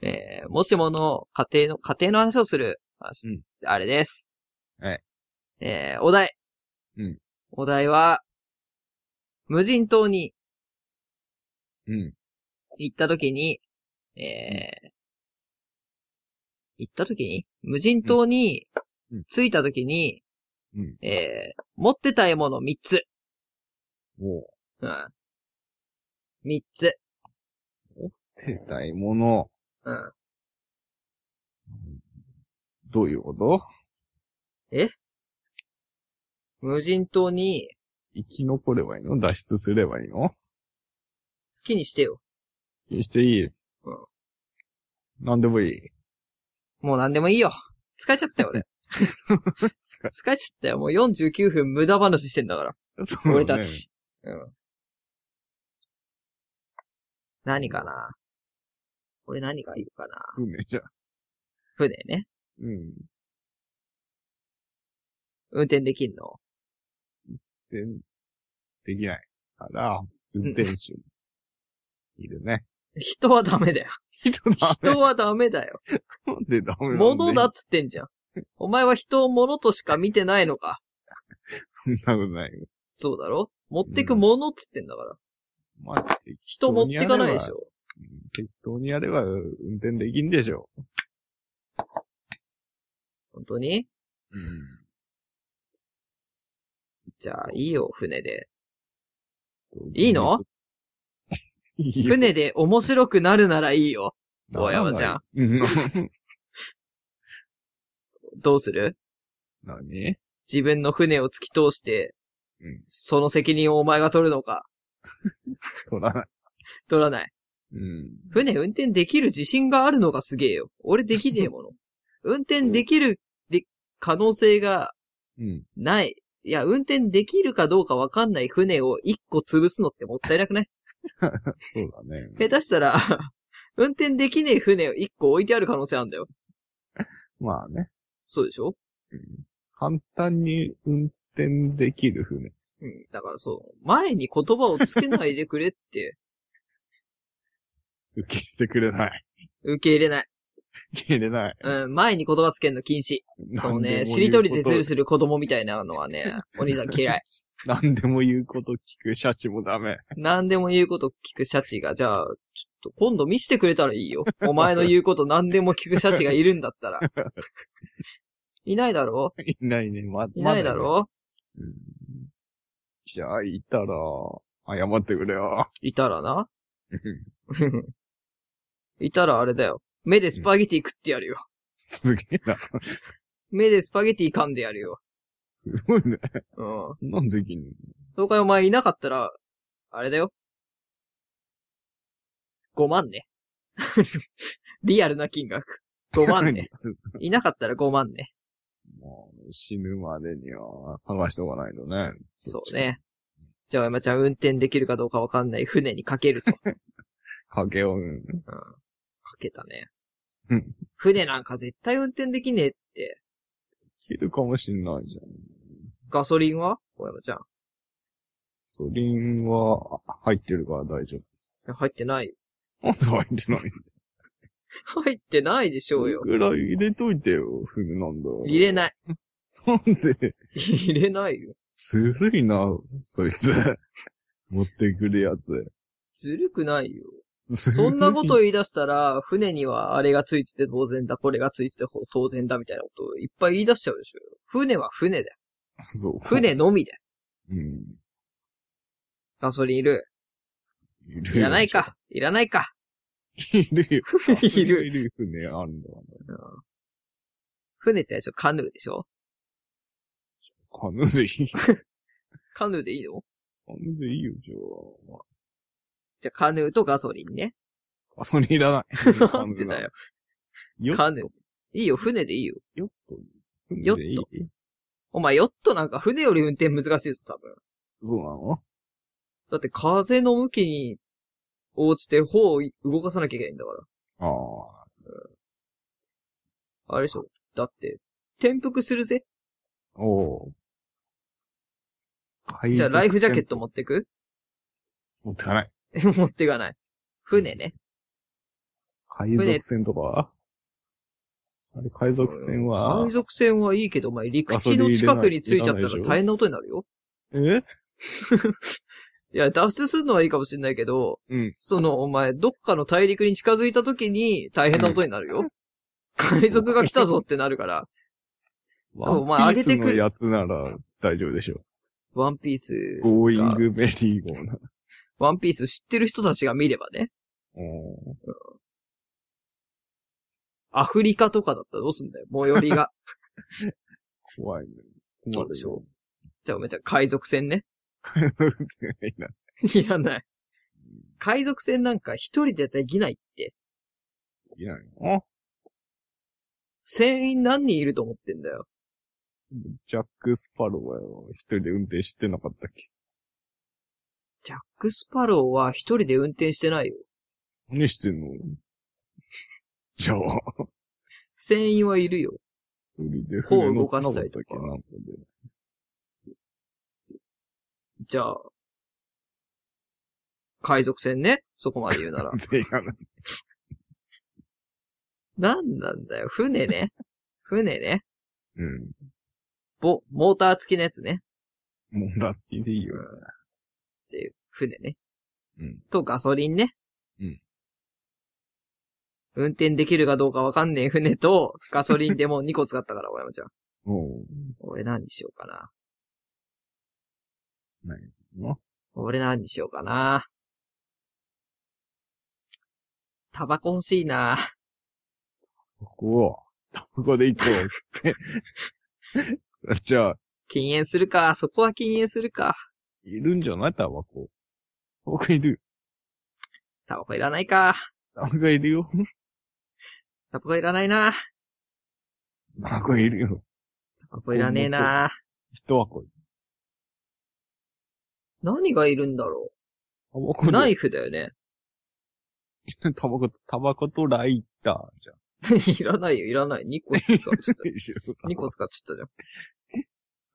A: ら。えー、もしもの家庭の、家庭の話をする話、
B: うん
A: あれです。
B: はい。
A: えー、お題。
B: うん
A: お題は、無人島に
B: うん。
A: 行った時に、えー、行った時に、無人島に
B: うんうん
A: 着いた時に、
B: うん
A: えー、持ってた獲物3つ。
B: も
A: うん。3つ。
B: う、手たいもの、
A: うん。
B: どういうこと
A: 無人島に
B: 生き残ればいいの脱出すればいいの
A: 好きにしてよ。
B: していい。
A: うん。
B: なんでもいい。
A: もう何でもいいよ。疲れちゃったよ、 俺。疲れちゃったよ。もう49分無駄話してんだから。
B: そうね
A: 俺た。ち。うん。何かな俺何がいいかな
B: 船じゃ。
A: 船ね。
B: うん。
A: 運転できんの
B: 全、できない。から、運転手。いるね。
A: 人はダメ だよ。
B: 人だ。
A: 人はダメだよ。
B: なんでダメなんよ
A: 物だっ。つってんじゃん。お前は人を物としか見てないのか。
B: そんなことないよ。
A: そうだろ持ってく物っつってんだから。
B: まあ、
A: 人持ってかないでしょ。
B: うん適当にやれば運転できんでしょ。
A: 本当に
B: うん。
A: じゃあ、いいよ、船で。いいの
B: いいよ
A: 船で面白くなるならいいよ。大山
B: ならない
A: ちゃ
B: うん。
A: どうする
B: 何
A: 自分の船を突き通して、
B: うん
A: その責任をお前が取るのか
B: 取らない。
A: 取らない。
B: うん。
A: 船運転できる自信があるのがすげえよ。俺できねえもの。運転できる、で、可能性が
B: うん。
A: ない。いや、運転できるかどうかわかんない船を一個潰すのってもったいなくない
B: そうだね。
A: 下手したら、 運転できねえ船を一個置いてある可能性あるんだよ。
B: まあね。
A: そうでしょ
B: 簡単に運転できる船。
A: うん。だからそう。前に言葉をつけないでくれって、
B: 受け入れてくれない。
A: 受け入れない。
B: 受け入れない。
A: うん。前に言葉つけんの禁止。そう
B: 何でも言
A: ね。
B: う
A: しりとりでズ
B: こと
A: ルする子供みたいなのは ね、お兄さん嫌い。
B: 何でも言うこと聞くシャチもダメ。
A: 何でも言うこと聞くシャチが、じゃあ、ちょっと今度見せてくれたらいいよ。お前の言うこと何でも聞くシャチがいるんだった ら。いないだろ
B: いないね。ま、
A: いないだ
B: ま
A: ろ
B: ねうんじゃあ、いたら、謝ってくれよ。
A: いたらな。 いたらあれだよ。目でスパゲティ食ってやるよ。
B: すげえな。
A: 目でスパゲティ噛んでやるよ。
B: すごいね。
A: うん。
B: なんできんの
A: 東海お前いなかったら、あれだよ。5万ね。 リアルな金額。5万ね。 いなかったら5万ね。
B: もう死ぬまでには探しておかないとね。
A: そうね。じゃあ、山ちゃん運転できるかどうかわかんない船にかけると。か
B: 賭けを、うん
A: けたね
B: うん。
A: 船なんか絶対運転できねえって。
B: 切るかもしんないじゃん。
A: ガソリンは小山ちゃん。い
B: ソリンはあ入ってるから大丈
A: や入ってないよ。
B: 夫。なんで入ってない
A: 入ってないでしょうよ。
B: ぐらい入れといてよ、船なんだ。
A: 入れない。
B: なんで、
A: 入れないよ。
B: ずるいな、そい つ。持ってくるやつ。
A: ずるくないよ。
B: ずる
A: そ
B: い
A: んなこと言い出したら、船にはあれがついてて当然だ、これがついてて当然だみたいなことをいっぱい言い出しちゃうでしょうよ。船は船だよ。
B: そう。
A: 船のみだよ。
B: うん。
A: ガソリンいる。
B: いる
A: いらない。か。いらないか。
B: いるよ。
A: いる。
B: いる船あるんだからね。
A: 船ってちょっとカヌーでしょ
B: カヌーでいい。
A: カヌーでいいの
B: カヌーでいいよ、じゃあ。
A: じゃあカヌーとガソリンね。
B: ガソリンいらない。
A: なんでだよ。
B: よっと。
A: カヌー。いいよ、船でいいよ。
B: ヨット。
A: ヨット
B: 船でいい
A: お前、ヨットなんか船より運転難しいぞ、多分。
B: そうなの
A: だって風の向きに応じて帆を動かさなきゃいけないんだから。
B: ああ。
A: あれでしょだって、転覆するぜ。
B: おお。
A: じゃあライフジャケット持ってく
B: 持ってかない。
A: 持っていかない。船ね。
B: 海賊船とかあれ、海賊船は
A: 海、賊船はいいけど、お前陸
B: ガソ
A: 地
B: リ
A: の
B: ン入れない
A: 近くに着いちゃったら
B: いらないでしょ
A: 大変なことになるよ。
B: え
A: いや、脱出するのはいいかもしれないけど、
B: うん。
A: その、お前、どっかの大陸に近づいた時に大変なことになるよ。海賊が来たぞってなるから、
B: ワ
A: お前
B: ンピース
A: 上げてく
B: の
A: る
B: やつなら大丈夫でしょ。
A: ワンピース、
B: ゴーイングメリーゴーな。
A: ワンピース知ってる人たちが見ればね、
B: おー
A: アフリカとかだったらどうすんだよ、最寄りが。
B: 怖いね。
A: そうでしょじゃあ、おめちゃん海賊船ね。
B: 海賊船がいない。
A: いらない。海賊船なんか一人でできないって。
B: いないの
A: 船員何人いると思ってんだよ。
B: ジャック・スパローはよ一人で運転してなかったっけ
A: ジャック・スパローは一人で運転してないよ。
B: 何してんのじゃあ、
A: 船員はいるよ。
B: 一人で
A: こ
B: 船
A: う
B: 乗
A: 動かし
B: ってなかっ
A: た
B: たっ
A: りとか
B: けなんかで。
A: じゃあ、海賊船ね。そこまで言う なら。
B: でいかない。
A: なんなんだよ。船ね。船ね。
B: うん。
A: ぼ、モーター付きのやつね。
B: もう、だつきでいいよ。
A: っていう、船ね。
B: うん。
A: とガソリンね。
B: うん。
A: 運転できるかどうかわかんねえ船と、ガソリンでもう2個使ったから、大山ちゃん。
B: も
A: 俺何しようかな。
B: う、ないですよ。
A: 俺何にしようかな。タバコ欲しいな。
B: ここを、タバコで行こうって。 じゃあ、
A: 禁煙するか。そこは禁煙するか。
B: いるんじゃないタバコ。タバコいるよ。
A: タバコいらないか。
B: タバコいるよ。
A: タバコいらないな。
B: タバコいるよ。
A: タバコいらねえな。
B: 一箱。
A: 何がいるんだろ
B: タバコ
A: う。
B: で
A: ナイフだよね。
B: タバコ、タバコとライターじゃん。
A: いらないよ、いらない。2個使っちゃった。2個使 っちゃったじゃん。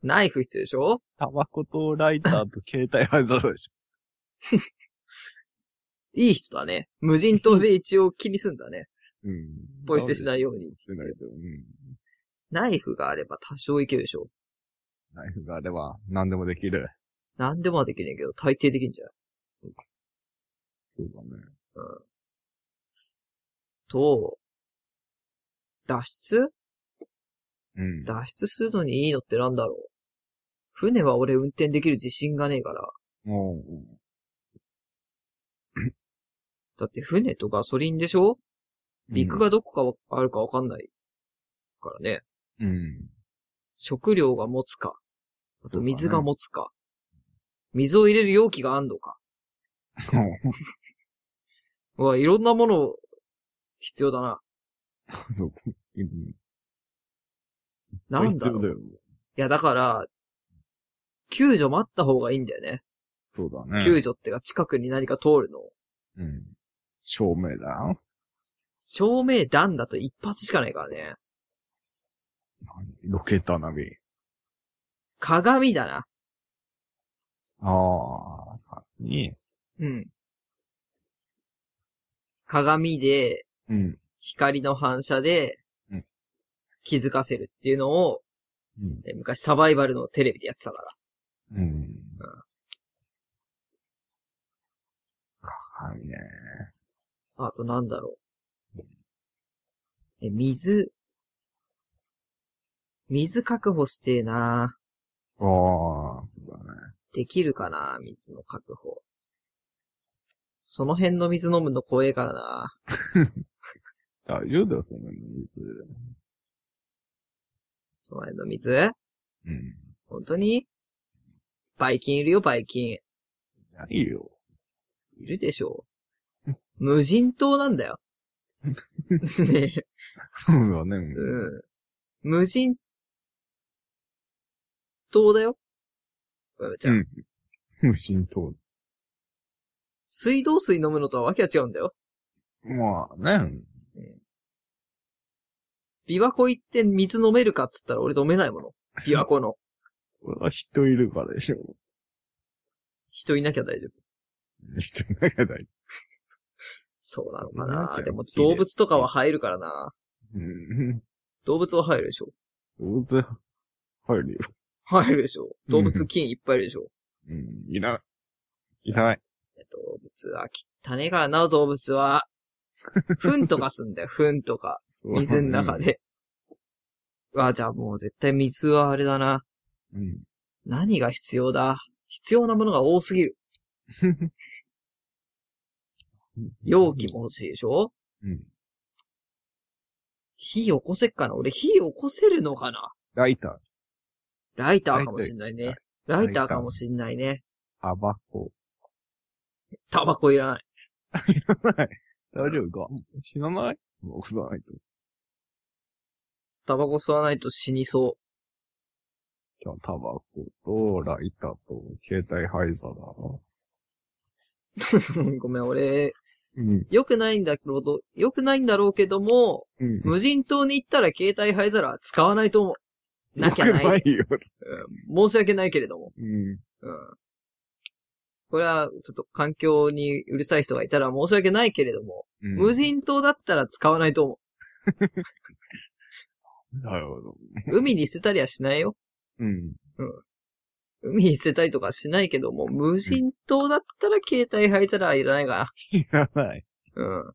A: ナイフ必要でしょ
B: タバコとライターと携帯外れたでし
A: いい人だね。無人島で一応気にすん だね。
B: ょ。うん。
A: ポイ捨てし
B: い。
A: ないように。
B: してないと。うん。
A: ナイフがあれば多少いけるでしょ。
B: ナイフがあれば何でもできる。
A: 何でもはできねえけど、大抵できんじゃん。
B: そうだね。
A: と、脱出
B: うん。
A: 脱出するのにいいのってなんだろう船は俺運転できる自信がねえから。
B: も
A: だって船とガソリンでしょ
B: う、
A: 陸がどこかあるかわかんないからね。
B: うん。
A: 食料が持つか。あ
B: そう
A: と
B: だね
A: 水が持つか。水を入れる容器があんのか。うわ、いろんなもの、必要だな。
B: そう。うん
A: なん
B: 必
A: だ
B: 要
A: ろう。
B: だよ。
A: いや、だから、救助待った方がいいんだよね。
B: そうだね。
A: 救助ってか、近くに何か通るの。
B: うん。照明だ。
A: 照明弾だと一発しかないからね。
B: ロケット花火。
A: 鏡だな。
B: ああ、に。
A: うん。鏡で、
B: うん。
A: 光の反射で
B: うん、
A: 気づかせるっていうのを、
B: うん。
A: え昔サバイバルのテレビでやってたから。
B: うん。鏡ね。
A: あとなんだろう。え、水。水確保してえな
B: ああ、そうだね。
A: できるかな水の確保。その辺の水飲むの怖えからな
B: 大丈夫だよ、そんな水。
A: その辺の水
B: うん。
A: 本当にバイキンいるよ、バイキン。
B: ないよ。
A: いるでしょう。無人島なんだよ。ねえ
B: そうだね。うん。
A: うん。無人島だよ。うんじゃあ、
B: うん無人島。
A: 水道水飲むのとはわけが違うんだよ。
B: まあね。
A: 琵琶湖行って水飲めるかっつったら俺飲めないも の。琵琶湖の。
B: これは人いるからでしょ。
A: 人いなきゃ大丈夫。
B: 人いなきゃ大丈
A: そうなのか
B: いなきゃ
A: な。
B: 綺麗
A: でも動物とかは入るからな。
B: 夫。うん。
A: 動物は入るでしょ。
B: 大勢入るよ。
A: 入るでしょ。動物菌いっぱいいるでしょ。
B: うん。いらない。いらない。
A: えっと動物は汚ねえからな、動物 は。糞とかすんだよ、糞とか。
B: そうだね
A: 水の中。で。あ、じゃあもう絶対水はあれだな。
B: うん。
A: 何が必要だ必要なものが多すぎる。容 器も欲しいでしょ
B: うん。
A: 火起こせっかな俺火起こせるのかな
B: ライタ
A: ライターかもしんないね。ラ
B: イター
A: イターかもしんないね。
B: ー、タバコ。
A: タバコいらない。
B: 大丈夫か死なない死なないと。
A: タバコ吸わないと死にそ
B: じゃあ、タバコと、ライターと、携帯灰皿。
A: う。 ごめん、俺、
B: うん。
A: 良くないんだけど、良くないんだろうけども、
B: うん。
A: 無人島に行ったら携帯灰皿は使わないと思う。なきゃない。
B: よくないよ。
A: 申し訳ないけれども。
B: うん。
A: うん。これは、ちょっと環境にうるさい人がいたら申し訳ないけれども、
B: うん
A: 無人島だったら使わない と思
B: だよ。
A: う。海に捨てたりはしないよ。
B: うん。
A: 海に捨てたりとかはしないけども、無人島だったら携帯灰皿はいらないか
B: いらない。
A: な。うん。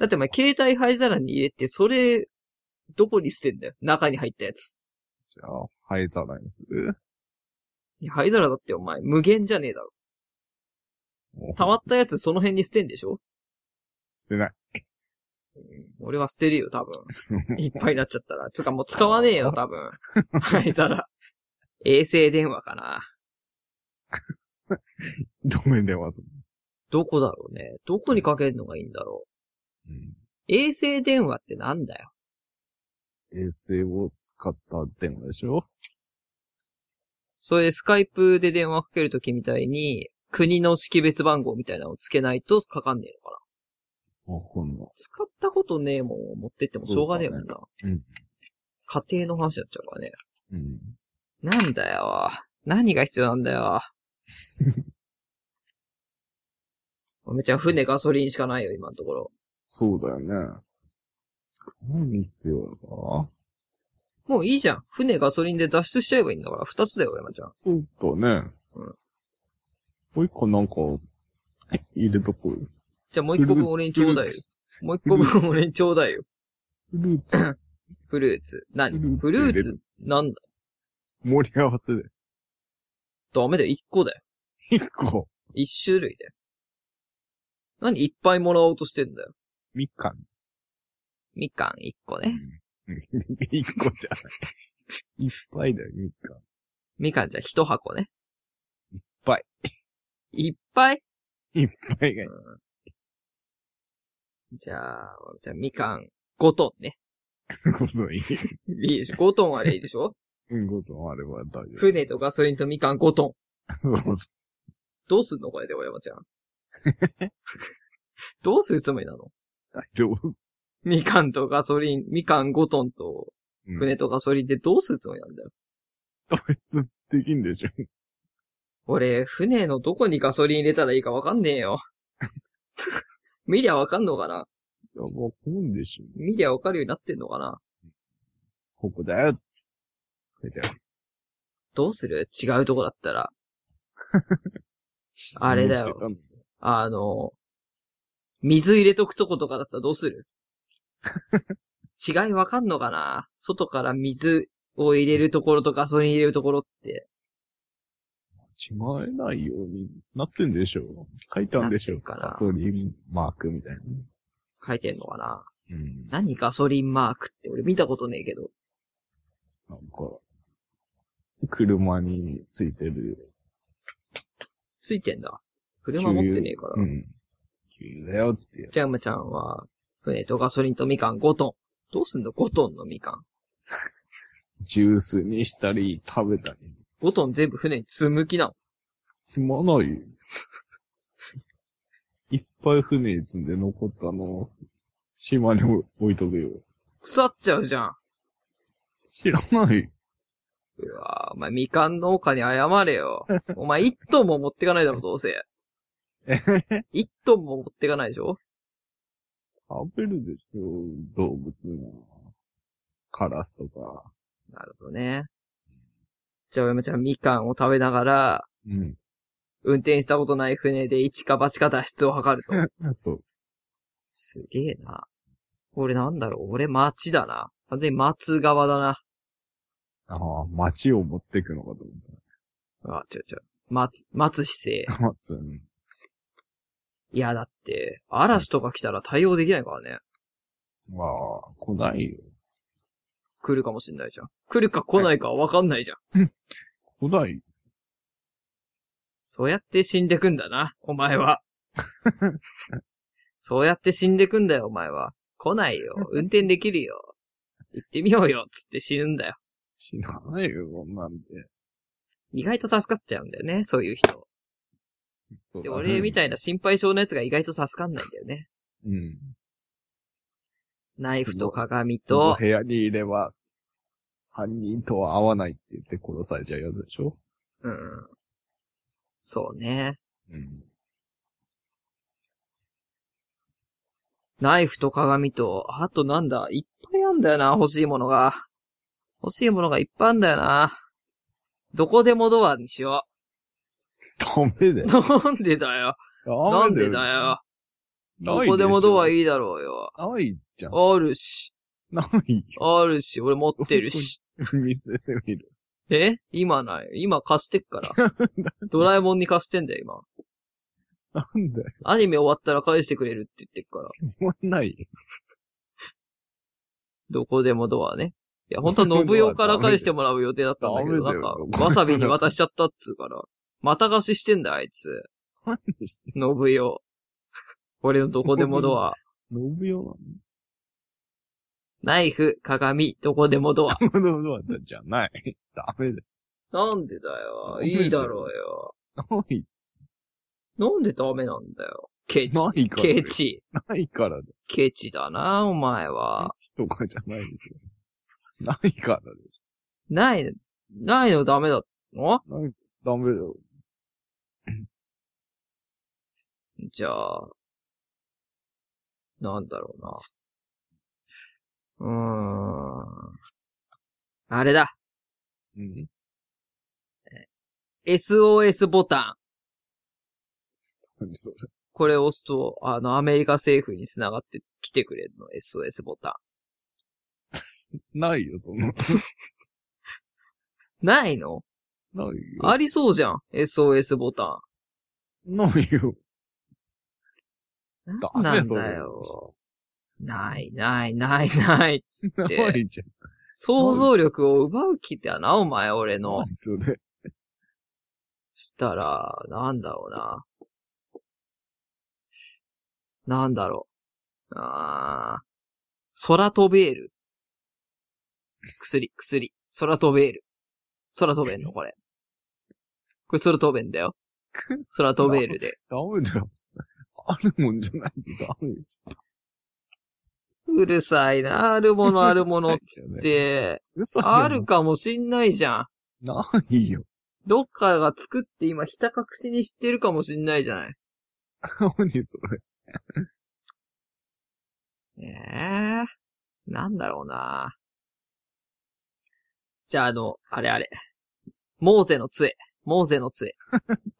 A: だってお前、携帯灰皿に入れて、それ、どこに捨てんだよ。中に入ったやつ。
B: じゃあ、灰皿にする
A: いや灰皿だってお前、無限じゃねえだろ。溜まったやつその辺に捨てんでしょ
B: 捨てない。
A: 俺は捨てるよ、 多分。いっぱいになっちゃったら。つうかもう使わねえよ、多分。はい、たら。衛星電話かな。
B: どめでわず。
A: どこだろうね。どこにかけるのがいいんだろ
B: うん。
A: う。衛星電話ってなんだよ。
B: 衛星を使った電話でしょ
A: それでスカイプで電話かけるときみたいに、国の識別番号みたいなのをつけないとかかんねえのかな。
B: わかんない。
A: 使ったことねえもんを持ってってもしょうがねえもんな。
B: だねうん
A: 家庭の話になっちゃうからね。
B: うん。
A: なんだよ。何が必要なんだ よ。めちゃん船ガソリンしかないよ、今のところ。
B: そうだよね。何必要だか
A: もういいじゃん。船ガソリンで脱出しちゃえばいいんだから、二つだよ、山ちゃん。
B: そうだね。
A: うん。
B: もう一個なんか、入れとこうよ。
A: じゃあもう一個分俺にちょうだいよ。もう一個分俺にちょうだいよ。
B: フルーツ。フルーツ。
A: フルーツ。何フ
B: フ
A: ル
B: ル
A: ー
B: ー
A: ツ
B: ツ、
A: なんだ
B: 盛り合わせで。
A: ダメだよ、一個だよ。
B: 一個。
A: 一種類だよ。何いっぱいもらおうとしてんだよ。
B: みかん。
A: みかん一個ね。
B: うん一個じゃない。いっぱいだよ、みかん。
A: みかんじゃ一箱ね。
B: ぱい。
A: いっぱい
B: 海外
A: じゃあ、じゃあみかん5トンね。
B: のこといい。
A: いいでしょ ?5 トンはでいいでし ょ
B: うん、ことあれば大丈夫。
A: 船とガソリンとみかん5トン。
B: そうそう。
A: どうすんのこれで、小山ちゃん。 どうするつもりなの
B: 大丈夫。
A: みかんとガソリン、みかん5トンと
B: うん
A: 船とガソリンでどうするつもりなんだよ。
B: 普通できんでしょ。
A: 俺、船のどこにガソリン入れたらいいかわかんねえよ。 見りゃわかんのかない
B: や、わかんでしょ。
A: 見りゃわかるようになってんのかな
B: ここだよって。これだよ
A: どうする違うとこだった ら。あれだよ。
B: 思って
A: あの、水入れとくとことかだったらどう する違いわかんのかな外から水を入れるところとガソリン入れるところって。
B: たの違えないようになってんでしょ。書いたんでしょ。
A: なってんかな
B: ガソリンマークみたいな。
A: 書いてんのかな
B: うん。なん
A: 何ガソリンマークって俺見たことねえけど。
B: か、車についてる。
A: ついてんだ。車持ってねえから。
B: うん。給油だよってやつ
A: ジャムちゃんは、船とガソリンとみかん5トン。どうすんの ?5 トンのみかん。
B: ジュースにしたり、食べたり。
A: 5トン全部船に積む気なの。
B: 積まない よ。いっぱい船に積んで残ったのを、島に置いとくよ。
A: 腐っちゃうじゃん。
B: 知らない。
A: うわぁ、お前みかん農家に謝れよ。お前1トンも持ってかないだろ、どうせ。
B: え
A: 1トンも持ってかないでしょ
B: 食べるでしょ、動物も。カラスとか。
A: なるほどね。じゃあ、お山ちゃんみかんを食べながら、
B: うん。
A: 運転したことない船で一か八か脱出を 図ると。
B: そうそ
A: すげえな。俺なんだろう、俺町だな。完全に松側だな。
B: う。ああ、街を持ってくのかと思っ
A: あ、違う違う。松、松姿勢。
B: た。街、うん。
A: いや、だって、嵐とか来たら対応できないからね。
B: まあ、来ないよ。
A: 来るかもしんないじゃん。来るか来ないかはわかんないじゃん。
B: 来ない。
A: そうやって死んでくんだな、お前 は。そうやって死んでくんだよ、お前は。来ないよ。運転できるよ。行ってみようよ、つって死ぬんだよ。
B: 知らないよ、こんなんで。
A: 意外と助かっちゃうんだよね、そういう人。
B: そう
A: で、
B: だね
A: 俺みたいな心配性のやつが意外と助かんないんだよね。
B: うん。
A: ナイフと鏡
B: と
A: と、
B: 部屋にいれば、犯人とは会わないって言って殺されちゃうやつでしょ
A: うん。そうね。
B: うん。
A: ナイフと鏡と、あとなんだ、いっぱいあんだよな、欲しいものが。欲しいものがいっぱいあんだよな。どこでもドアにしよ
B: ダメだ
A: う。
B: よ。
A: なんでだよ。な
B: なん
A: でだよ。
B: な
A: ど
B: いしょ
A: こでもドアいいだろうよ。
B: ないじゃん。
A: あるし、
B: ないよ。
A: あるし、俺持ってるし。
B: 見せてみる。
A: え今ない。今貸してっから。ドラえもんに貸してんだよ、今。
B: なんだよ。
A: アニメ終わったら返してくれるって言ってっから。
B: もうないよ。
A: どこでもドアね。いや、本当は信用から返してもらう予定だったんだけど、な
B: ダメ
A: ん
B: だ
A: か
B: よ、
A: わさびに渡しちゃったっつうから。また貸ししてんだよ、あいつ。
B: 何して
A: 信用。俺のどこでもド ア。
B: 信代なの
A: ナイフ、鏡、どこでも ドア。
B: どこでもドアじゃない。ダメだ
A: なんでだよ。いいだろうよ。
B: よ。ない、
A: なんでダメなんだよ。ケチ。
B: ないからだ
A: ケ
B: よ。
A: チ。
B: ないからだよ。
A: ケチだな、お前は。
B: 血とかじゃないでしょ。ないからだよ。
A: ない、ないのダメだの
B: ないダメだよ。
A: じゃあ、なんだろうな。うーん。あれだ。
B: うん。
A: SOS ボタン。
B: 何それ。
A: これを押すと、あの、アメリカ政府に繋がって来てくれるの。SOS ボタ
B: ないよ、そんな。
A: ン。ないの
B: ないよ。
A: ありそうじゃん。SOS ボタ
B: ないよ。
A: ン。
B: ダ
A: なん
B: メ
A: なん
B: それ
A: だよ。ない、ない、ない、ない。つっ
B: な
A: て。
B: いじゃん。
A: 想像力を奪う気だな、お前、俺の
B: 何。それ。
A: したら、なんだろうな。なんだろう。あー。空飛べる。薬、薬。空飛べる。空飛べんのこれ。これ空飛べんだよ。空飛べるで。
B: ダメだよ。あるもんじゃないとダメでしょ。
A: うるさいな、あるも のあるものっ
B: つっ
A: っ。て、
B: 嘘だよ
A: ある。かもしんないじゃん。
B: ないよ。
A: どっかが作って今ひた隠しにしてるかもしんないじゃない。
B: 何それ。
A: ええなんだろうな。じゃああの、あれあれ。モーゼの杖。モーゼの 杖。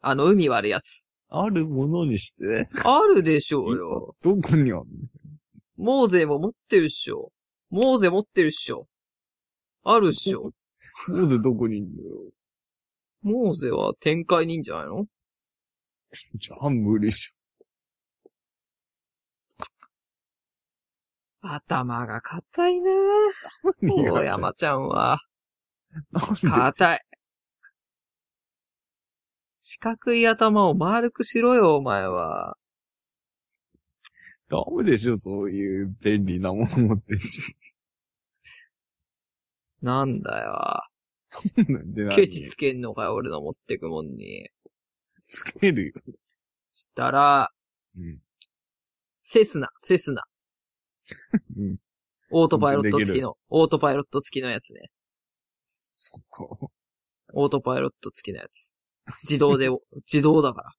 A: あの海割るやつ。
B: あるものにして。
A: あるでしょうよ。
B: どこにあるの
A: モーゼも持ってるっしょ。モーゼ持ってるっしょ。あるっしょ。
B: モーゼどこにいんのよ。
A: モーゼは展開にいいんじゃないの
B: じゃあ無理っし
A: 頭が硬いな
B: ょ。
A: 大山ちゃんは。
B: なんで
A: 硬い。四角い頭を丸くしろよ、お前は。
B: ダメでしょ、そういう便利なもの持ってんじ
A: なんだよ。
B: ゃん。なんで何
A: ケチつけんのかよ、俺の持ってくもんに。
B: つけるよ。
A: したら、
B: うん。
A: セスナ、セスナ。
B: うん。
A: オートパイロット付きの、オートパイロット付きのやつね。
B: そこ。
A: オートパイロット付きのやつ。自動 で、自動だから。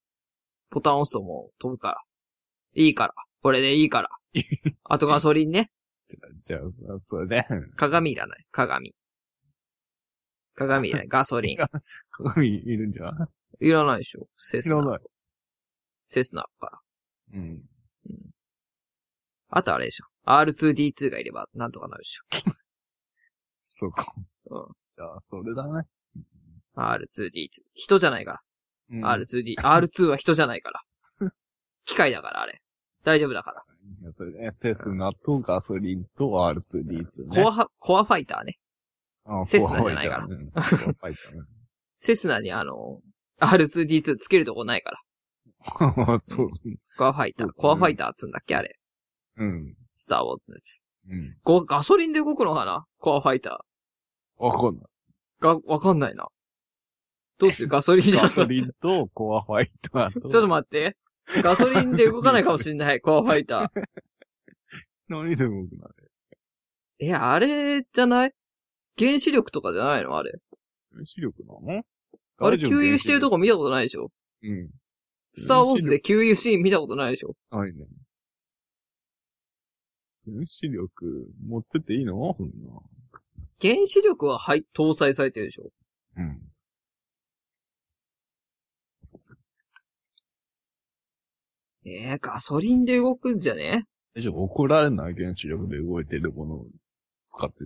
A: ボタン押すともう飛ぶから。いいから。これでいい から。あとガソリンね。
B: じゃあ、じゃあ、それで、
A: 鏡いらない。鏡。鏡いらない。ガソリン。
B: 鏡いるんじゃない
A: いらないでしょ。セス
B: いら
A: ナ。
B: ない。
A: セスナから。
B: うん。
A: あとあれでしょ。R2D2 がいればなんとかなるでしょ。
B: そうか。
A: うん
B: じゃあ、それだね。
A: R2D2。人じゃないか
B: うん
A: ら。R2D、R2 は人じゃないから。機械だから、あれ。大丈夫だから。
B: いやそれで、セスナとガソリンと R2D2 ね。
A: コアは、コアファイターね。
B: あ
A: セスナじゃないから。
B: コアファイターうんコアファイターね
A: セスナにあの、R2D2 つけるとこないから。
B: ああ、そう。
A: コアファイター
B: そう。
A: コアファイターっつうんだっけあれ。
B: うん。
A: スターウォーズのやつ。
B: うん。
A: ごガソリンで動くのかなコアファイタ
B: わかんない。
A: ー。が、わかんないな。どう するガソリンじゃん。
B: ガ
A: ち
B: ソ
A: ょっ
B: リンとコアファイターと。
A: と待って。ガソリンで動かないかもしんない。コアファイター。
B: 何で動くなる
A: え、あれじゃない原子力とかじゃないのあれ。
B: 原子力なの
A: あれ、給油してると
B: こ。
A: こ見たことないでしょ
B: うん。
A: スターウォーズで給油シーン見たことないでしょ
B: ないね。原子力持ってっていいのそん
A: 原子力は、はい、搭載されてるでしょ
B: な。うん。
A: えー、ガソリンで動くんじゃね
B: 大丈夫怒られない原子力で動いてるものを使って。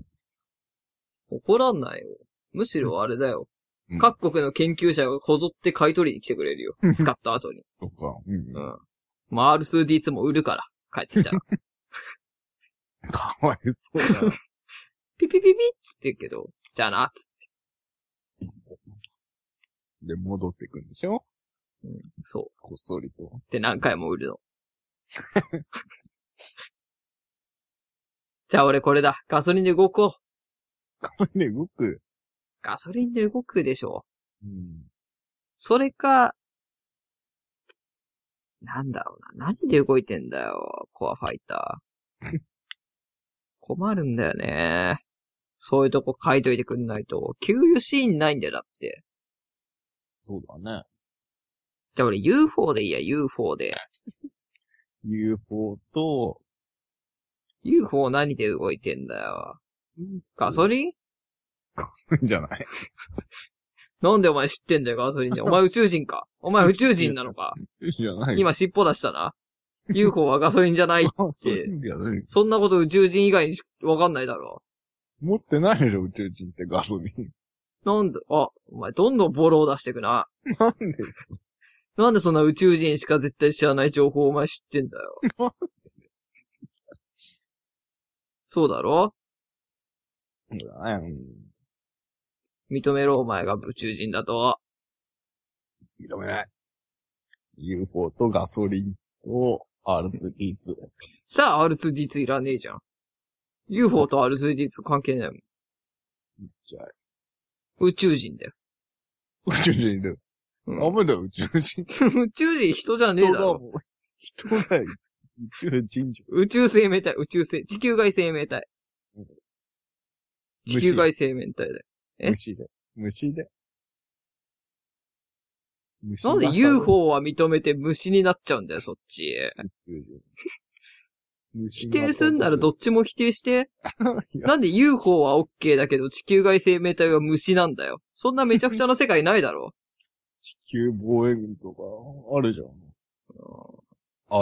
A: 怒らんないよ。むしろあれだよ。
B: うん
A: 各国の研究者がこぞって買い取りに来てくれるよ。使った後に。
B: とか、うん
A: うん。まあ、R2D2 も売るから、帰ってき たら。
B: かわいそうだな。
A: ピピピピッつって言うけど、じゃあな、つって。
B: で、戻ってくんでしょ
A: そ
B: こっそりと。
A: う。で、何回も売るの。じゃあ俺これだ。ガソリンで動こう。
B: ガソリンで動く。
A: ガソリンで動くでしょう。
B: うん。
A: それか、なんだろうな。何で動いてんだよ、コアファイター。困るんだよね。そういうとこ書いといてくんないと。給油シーンないんだよ、だって。
B: そうだね。
A: じゃあ俺 UFO でいいや、UFO で。
B: UFO と、
A: UFO 何で動いてんだよ。ガソリン
B: じゃない。
A: なんでお前知ってんだよ、ガソリンで。お前宇宙人か。お前宇宙人なのか。
B: じゃ ない。
A: 今尻尾出したな。UFO はガソリンじゃない。
B: ガソリンじゃない
A: そんなこと宇宙人以外にしわかんないだろ。
B: 持ってないでしょ、宇宙人ってガソリン。
A: なんで、あ、お前どんどんボロを出してくな。
B: なんで
A: なんでそんな宇宙人しか絶対知らない情報をお前知ってんだよ。 そうだろ
B: そうだね。
A: 認めろお前が宇宙人だと。
B: 認めない。UFO とガソリンと R2D2。
A: さあ、R2D2 いらねえじゃん。UFO と R2D2 関係ないもん。
B: じゃあ、
A: 宇宙人 だよ。
B: 宇宙人いる。
A: う
B: 危
A: ん
B: ない、宇宙人。
A: 宇宙人人じゃねえ
B: 人
A: だ
B: だも
A: ろ。
B: ん。人だよ。宇宙人じ
A: 宇宙生命体、宇宙生、地球外生命体
B: うん。
A: 地球外生命体だよ。
B: ゃ
A: え
B: ん。虫だよ。虫だよ。虫
A: なんで
B: だから
A: UFO は認めて虫になっちゃうんだよ、そっち。
B: 宇宙人 虫
A: 否定すんならどっちも否定して。
B: いや
A: なんで UFO は OK だけど地球外生命体は虫なんだよ。そんなめちゃくちゃな世界ないだろ。
B: 地球防衛軍とか、あるじゃん。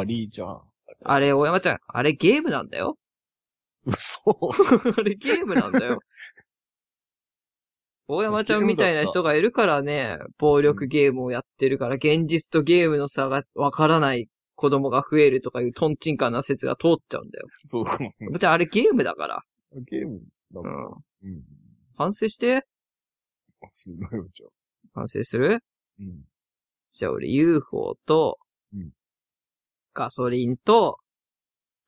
B: ありじゃん。
A: あれ、大山ちゃん、あれゲームなんだよ。
B: 嘘。
A: あれゲームなんだ よ。大山ちゃんみたいな人がいるからね、暴力ゲームをやってるから、現実とゲームの差がわからない子供が増えるとかいうトンチンカンな説が通っちゃうんだよ。
B: そうかも。
A: 大山ちゃん、あれゲームだから。
B: ゲームだ
A: う
B: もん。
A: ん。
B: うん。
A: 反省して
B: すごいよ、じゃあ。
A: 反省する
B: うん。
A: じゃあ俺 UFO と
B: うん、
A: ガソリンと、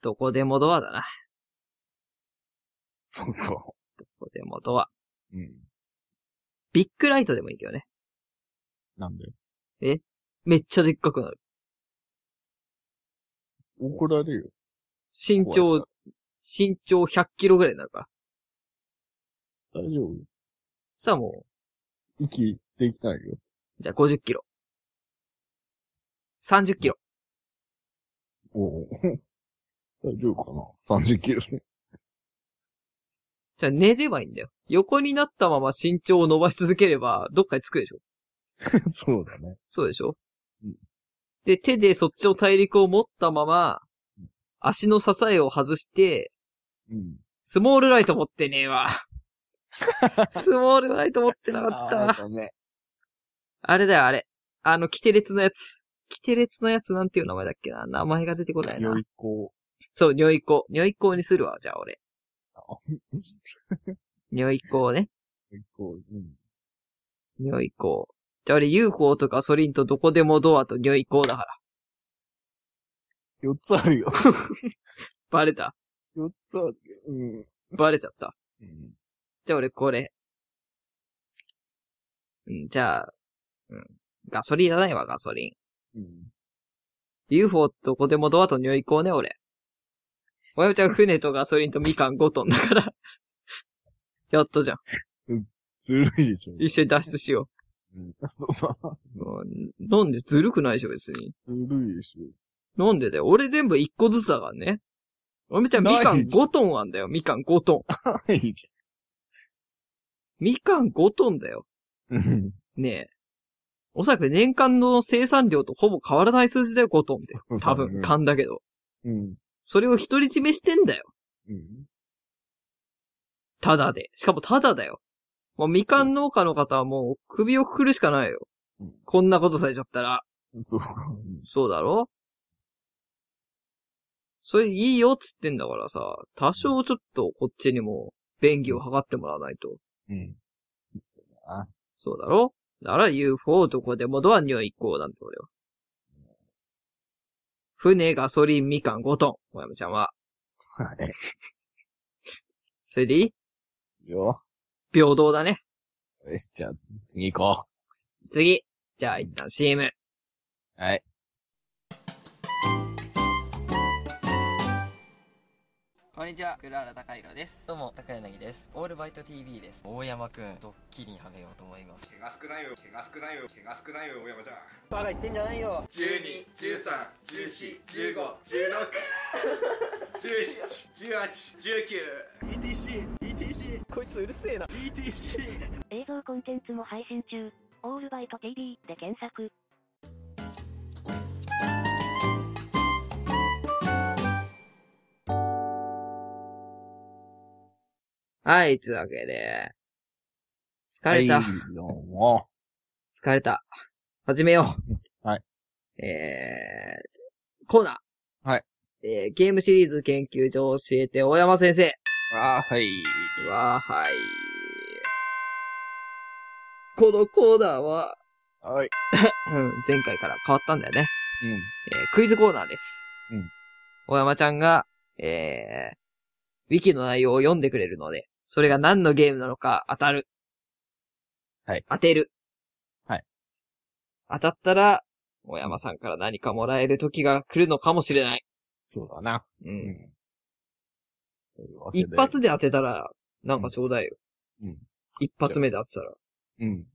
A: どこでもドアだな。
B: そうか。
A: どこでもドア。
B: うん。
A: ビッグライトでもいいけどね。
B: なんで
A: めっちゃでっかくなる。
B: 怒られるよ。
A: 身
B: 怖い
A: 長、身長100キロぐらいになるから。
B: 大丈夫
A: そしたらも
B: 息できないよ。
A: う、じゃあ50キロ。30キロ。
B: おお。 大丈夫かな ?30 キロ ね。
A: じゃあ寝ればいいんだよ。横になったまま身長を伸ばし続ければ、どっかに着くでしょ
B: そうだね。
A: そうでしょ
B: うん
A: で、手でそっちの大陸を持ったまま、足の支えを外して、
B: うん。
A: スモールライト持ってねえ わ。スモールライト持ってなかっ
B: あ
A: た。
B: ー。だね。
A: あれだよ、あれ。あの、キテレツのやつ。キテレツのやつなんていう名前だっけな名前が出てこないな
B: よ。いこ
A: そう、尿意行。尿意行にするわ、じゃあ俺
B: あ。
A: 尿意行ね。
B: う。よいこう。うん。
A: 尿意行。じゃあ俺 UFO とかソリンとどこでもドアと尿意行だから。
B: 4つあるよ。
A: バレた
B: 4つあるよ。うん。
A: バレちゃった。
B: うん。
A: じゃあ俺これ。うん、じゃあ、うん。ガソリンいらないわ、ガソリン。
B: うん。
A: UFO とどこでもドアと尿意行ね、俺。おやめちゃん船とガソリンとみかん5トンだから。 やっとじゃん。
B: ずるいでしょ。
A: 一緒に脱出しよ
B: うん。そうさ。
A: う。うんなんでずるくないでしょ、別に。
B: ずるいでしょ。
A: なんでだよ。俺全部1個ずつだからね。おやめちゃんみかん
B: ないじゃ
A: 5トンあんだよ。みかん5トン。
B: はいじ
A: みかん5トンだよ。
B: ゃん。うん。
A: ねえ。おそらく年間の生産量とほぼ変わらない数字だよ、5トンって。多 分、勘だけど。
B: うん。
A: それを独り占めしてんだよ。
B: うん。
A: ただで。しかもただだよ。もうみかん農家の方はもう首をくくるしかないよ
B: うん。
A: こんなことされちゃったら。
B: そうか。うん
A: そうだろそれいいよっつってんだからさ、多少ちょっとこっちにも便宜を図ってもらわないと。
B: うん。そうだな。
A: そうだろなら UFO どこでもドアには行こうなんて俺は。船、ガソリン、みかん5トン。小山ちゃんは。
B: あれ。
A: それでいい
B: よ。
A: 平等だね。
B: よし、じゃあ、次行こ
A: 次。じゃあ一旦 CM。
B: う。はい。
C: こんにちは、黒原隆弘です。どうも、高柳です。オールバイト TV です。大山くん、ドッキリにはめようと思います。
D: 毛が少ないよ毛が少ないよ毛が少ないよ親山ちゃん
C: バカ言ってんじゃないよ
D: 12、13、14、15、16、17、18、19 ETC、ETC、
C: こいつうるせえな。
D: ETC
E: 映像コンテンツも配信中。オールバイト TV で検索。
A: はい、つうわけで。疲れた。
B: はい、どうも。
A: 疲れた。始めよう。
B: はい。
A: えー、コーナー。
B: はい。
A: えー、ゲームシリーズ研究所を教えて、大山先生。
B: あーはい。
A: わーはい。このコーナーは、
B: はい。
A: うん前回から変わったんだよね。
B: うん。
A: えークイズコーナーです。
B: うん。
A: 大山ちゃんが、えー、ウィキの内容を読んでくれるので、それが何のゲームなのか当たる。
B: はい。
A: 当てる。
B: はい。
A: 当たったら、大山さんから何かもらえる時が来るのかもしれない。
B: そうだな。
A: う。
B: うんん。というわけで
A: 一発で当てたら、なんかちょうだいよ。
B: うん。
A: 一発目で当てたら。
B: うん。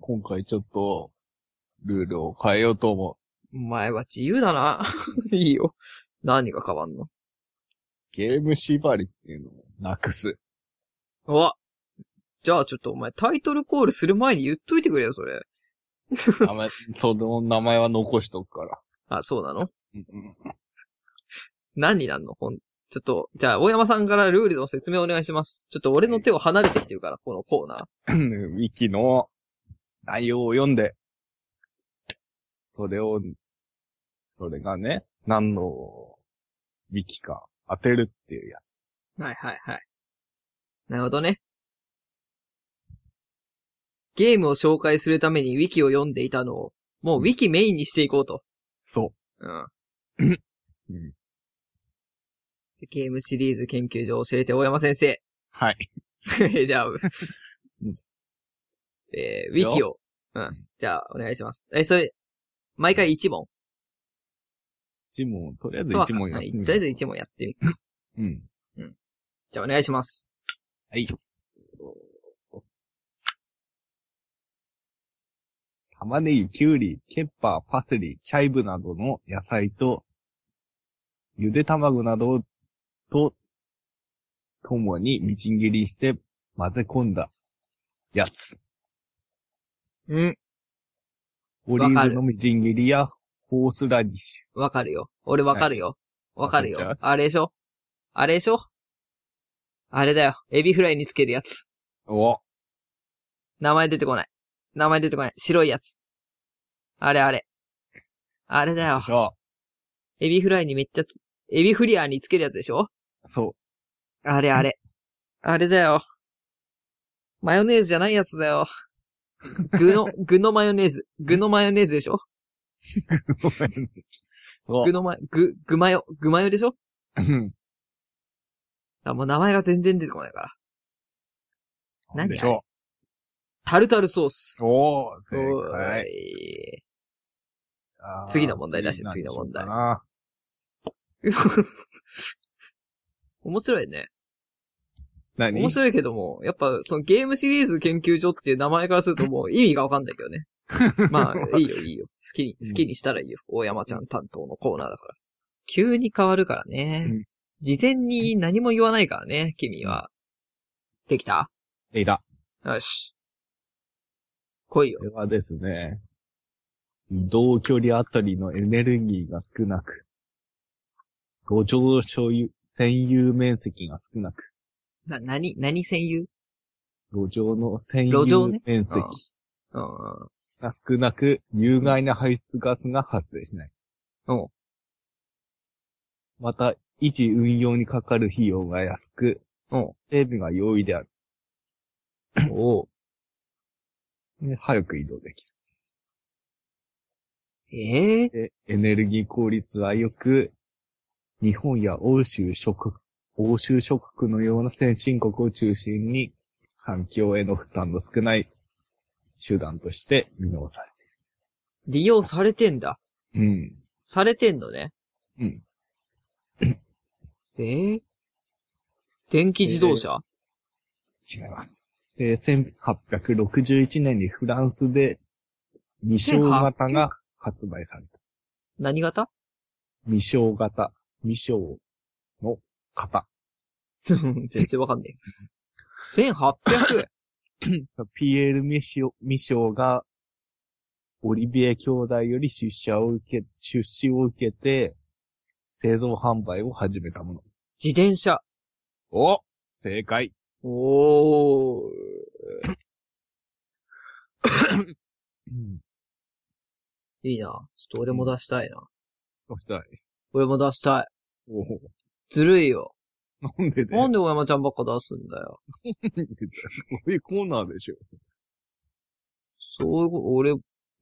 B: 今回ちょっと、ルールを変えようと思う。
A: お前は自由だな。 いいよ。何が変わんの
B: ゲーム縛りっていうのをなくす。
A: おじゃあちょっとお前タイトルコールする前に言っといてくれよ、それ。
B: 名前、その名前は残しとくから。
A: あ、そうなの
B: うんうん
A: 何になんのほん、ちょっと、じゃあ、大山さんからルールの説明お願いします。ちょっと俺の手を離れてきてるから、このコーナー。
B: ウィキの内容を読んで、それを、それがね、何のウィキか当てるっていうやつ。
A: はいはいはい。なるほどね。ゲームを紹介するためにウィキを読んでいたのを、もうウィキメインにしていこうと。
B: そ
A: うん。
B: う。うん。
A: ゲームシリーズ研究所を教えて大山先生。
B: は い。
A: じゃあ、えー、ウィキを。うん
B: ん。
A: じゃあ、お願いします。え、それ、毎回1問。
B: 一問、とりあえず一問やっ
A: は
B: てみ
A: いと
B: る
A: りあえず1問やってみる。
B: うん。
A: じゃあ、お願いします。
B: はい。玉ねぎ、きゅうり、ケッパー、パセリ、チャイブなどの野菜と、ゆで卵などと、ともにみじん切りして混ぜ込んだやつ。
A: うん。
B: オリ
A: わか
B: ー
A: る
B: ブのみじん切りやホースラディッシ
A: わかるよ。俺わかるよ。わかる
B: わか
A: よ
B: っち。
A: あれでしょあれでしょあれだよ。エビフライにつけるやつ。
B: ュ。お
A: 名前出てこない。名前出てこない。白いやつ。あれあれ。あれだよ
B: じ。ゃあ、
A: エビフライにめっちゃつ、エビフリアにつけるやつでしょ
B: そ
A: あれあれ。あれだよ。マヨネーズじゃないやつだよ。具 の、具のマヨネーズ。具のマヨネーズでしょ
B: う。ごめんそ
A: 具のマ、具、具マヨ、具マヨでしょ
B: う。うん
A: あもう名前が全然出てこないから。何
B: でしょ
A: タルタルソース。
B: う。おー、正
A: おー
B: 解。
A: い。
B: あー
A: 次の問題出して
B: 次
A: 次の問題
B: なんでしょうかな
A: 面白いね。
B: 何
A: 面白いけども、やっぱ、そのゲームシリーズ研究所っていう名前からするともう意味がわかんないけどね。まあ、いいよいいよ。好きに、好きにしたらいいよ。大山ちゃん担当のコーナーだから。急に変わるからね
B: うん。
A: 事前に何も言わないからね、君は。できた
B: えいだ。
A: よし。来いよ
B: こ。れはですね、移動距離あたりのエネルギーが少なく、五条所有、占有面積が少なく、
A: な、何、何占有
B: 路上の占
A: 路上ね
B: 有面積
A: うん。
B: が少なく、有害な排出ガスが発生しない。
A: うん
B: また、維持運用にかかる費用が安く、
A: うん
B: 整備が容易である。
A: お
B: ね早く移動できる。
A: ええ
B: で、エネルギー効率は良く、日本や欧州諸国、欧州諸国のような先進国を中心に、環境への負担の少ない手段として見直さ
A: 利用されてんだ。
B: れる。うん。
A: されてんのね。
B: うん。
A: えー電気自動車、
B: 違います。えー、1861年にフランスで、未小型が発売された。
A: 何型
B: 未小型、未小の型。
A: 全然わかんねえ。1800!
B: ピエール・ミショ、ミショが、オリビエ兄弟より出社を受け、出資を受けて、製造販売を始めたもの。
A: 自転車。
B: お正解
A: おー。
B: うん。
A: いいな。ちょっと俺も出したいな。
B: どうしたい
A: 俺も出したい。
B: おお
A: ずるいよ。
B: なんでだ
A: な
B: よ
A: んで大山ちゃんばっか出すんだよ。
B: こういうコーナーでしょ。
A: そういうこと、俺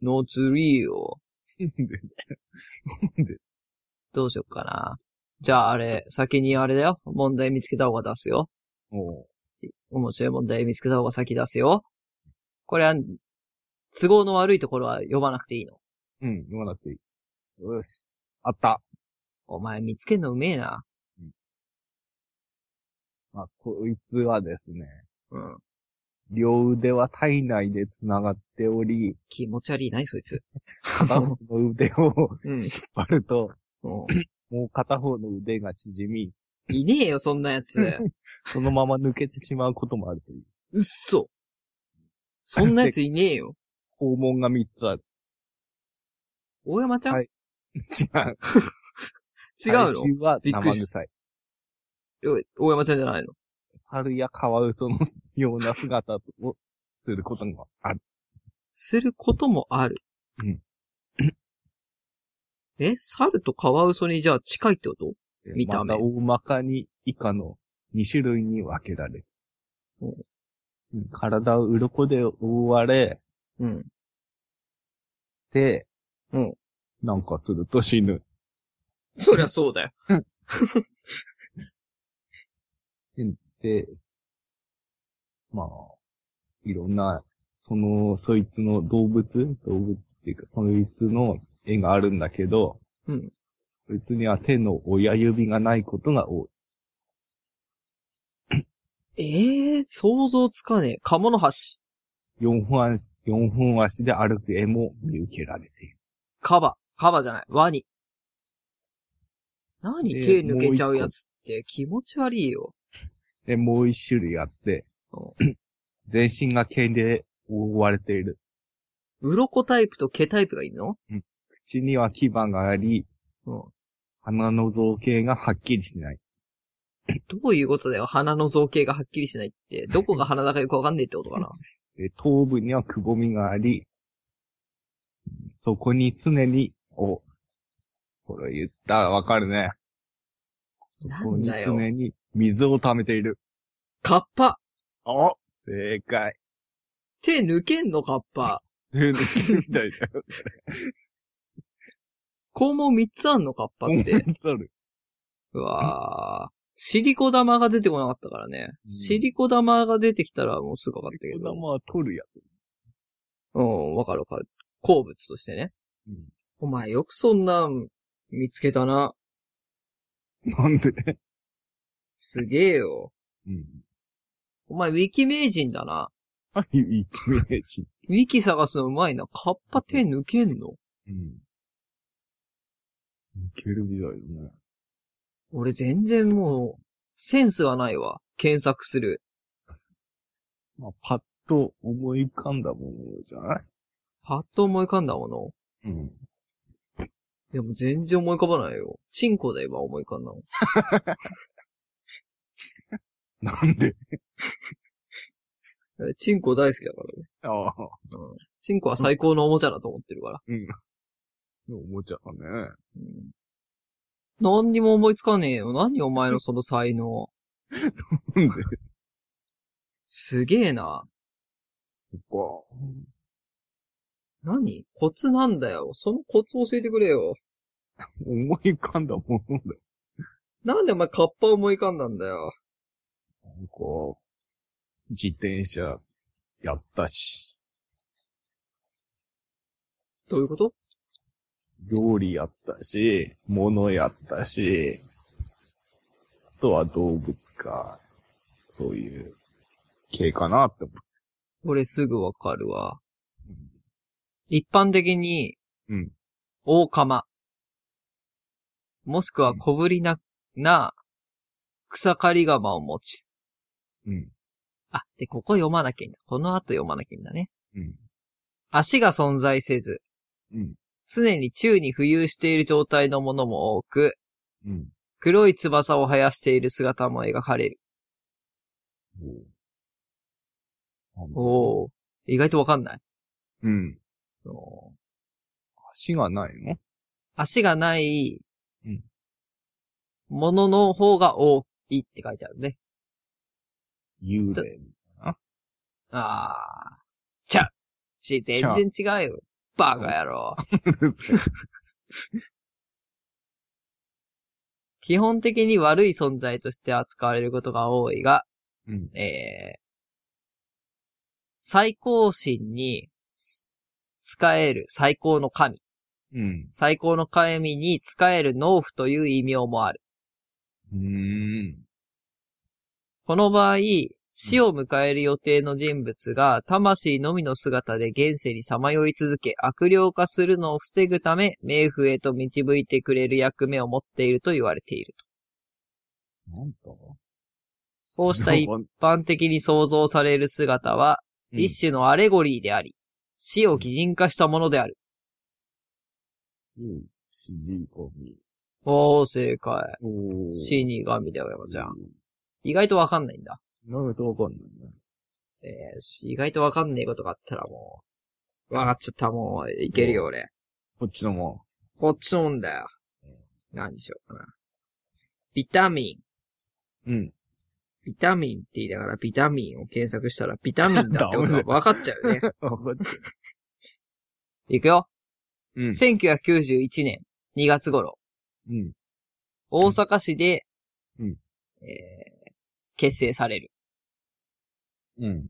A: のツリーを
B: なんで
A: どうしようかな。じゃああれ、先にあれだよ。問題見つけた方が出すよ。
B: も
A: 面白い問題見つけた方が先出すよ。これは、都合の悪いところは読まなくていいの。
B: う、うん、読まなくていい。よし。あった。
A: お前見つけんのうめえな。
B: まあ、こいつはですね、
A: うん。
B: 両腕は体内で繋がっており、
A: 気持ち悪いない、そいつ。
B: 片方の腕を
A: うん。
B: 引っ張ると、
A: も
B: もう片方の腕が縮み、
A: ういねえよ、そんなやつ。
B: そのまま抜けてしまうこともあるという。
A: うっそ。そんなやついねえよ。
B: 肛門が3つある。
A: 大山ちゃん、
B: はい違う。
A: 違う
B: 最終は生臭い。
A: のえ大山ちゃんじゃないの
B: 猿やカワウソのような姿をすることもある。
A: することもある。
B: うん。
A: え、猿とカワウソにじゃあ近いってこと見た目
B: また大まかに以下の2種類に分けられる
A: お。
B: うん体を鱗で覆われ
A: うん。
B: て、
A: うん
B: なんかすると死ぬ。
A: そりゃそうだよ。
B: で、まあ、いろんな、その、そいつの動物動物っていうか、そいつの絵があるんだけど、
A: うん。
B: そいつには手の親指がないことが多い。
A: ええ想像つかねえ。カモノハシ、
B: 4本足、四本足で歩く絵も見受けられている。
A: カバ、カバじゃない、ワニ。何
B: で
A: 手抜けちゃうやつって気持ち悪いよ。
B: で、もう一種類あって
A: お、
B: 全身が毛で覆われている。
A: 鱗タイプと毛タイプがいるの
B: 口には牙があり、
A: うん。
B: 鼻の造形がはっきりしない。
A: どういうことだよ鼻の造形がはっきりしないって。どこが鼻だかよくわかんねえってことかな。
B: で頭部にはくぼみがあり、そこに常に、お、これ言ったらわかるね。 そこに
A: なんだよ
B: 常に水を溜めている。
A: カッパ
B: お正解。
A: 手抜けんのカッパ。
B: え、抜けるみたいだよ。
A: 肛門3つあんのカッパ って。
B: そる。
A: うわー。シリコ玉が出てこなかったからね。
B: うん
A: シリコ玉が出てきたらもうすぐわかったけ
B: こん
A: ど
B: な。もんは取るやつ。
A: うん、わかるわかる。好物としてね。
B: うん
A: お前よくそんなん見つけたな。
B: なんで、
A: すげえよ。
B: うん、
A: お前ウィキ名人だな。
B: 何イメージ。
A: ウィキ探すのうまいな。カッパ手抜けんの
B: うん。いけるみたいだね。
A: 俺全然もう、センスがないわ。検索する。
B: まあ、パッと思い浮かんだものじゃない
A: パッと思い浮かんだもの。
B: うん。
A: でも全然思い浮かばないよ。チンコだよ、今思い浮かんだの。
B: なんで
A: えチンコ大好きだからね。
B: ああ。
A: チンコは最高のおもちゃだと思ってるから。
B: おもちゃだね。
A: うん何にも思いつかねえよ。何お前のその才能。
B: なんです
A: げえな。
B: そこ。
A: 何コツなんだよ。そのコツ教えてくれよ。
B: 思い浮かんだものだよ。
A: なんでお前カッパ思い浮かんだんだよ。
B: なんか、自転車、やったし、
A: どういうこと
B: 料理やったし、物やったし、あとは動物か、そういう、系かなって思
A: 俺すぐわかるわ。一般的に、
B: う。うん。
A: 大釜。もしくは小ぶりな、な、草刈り釜を持ち。
B: うん。
A: あ、で、ここ読まなきゃいいんだ。この後読まなきゃいいんだね。
B: うん。
A: 足が存在せず、
B: うん。
A: 常に宙に浮遊している状態のものも多く、
B: うん。
A: 黒い翼を生やしている姿も描かれる。
B: お
A: おお、意外とわかんない。
B: うん。
A: おー
B: 足がないの
A: 足がない
B: うん、
A: ものの方が多いって書いてあるね。
B: 幽霊。
A: あー。ちゃうし、全然違うよ。バカ野郎。基本的に悪い存在として扱われることが多いが、
B: うん。
A: えー、最高神にす使える最高の神、
B: うん。
A: 最高の神に使える農夫という異名もある。
B: うーん。
A: この場合、死を迎える予定の人物が魂のみの姿で現世にさまよい続け悪霊化するのを防ぐため、冥府へと導いてくれる役目を持っていると言われていると。
B: なんか。
A: こうした一
B: なんか
A: 般的に想像される姿は、
B: うん
A: 一種のアレゴリーであり、死を擬人化したものである。
B: うん。死神。
A: おー、正解。
B: おー。
A: 死に神だよ、山ちゃん。意外とわかんないんだ。
B: なんかわかんないな。
A: えーし意外とわかんねえことがあったらもう、わかっちゃった、もう、いけるよ、俺。
B: こっちのも。
A: こっちのもんだよ。何にしようかな。ビタミン。
B: うん。
A: ビタミンって言いながらビタミンを検索したらビタミンだってことが分かっちゃうよね。 いくよ。
B: うん。
A: 1991年2月頃、
B: うん。
A: 大阪市で、
B: うん
A: えー結成される。
B: うん。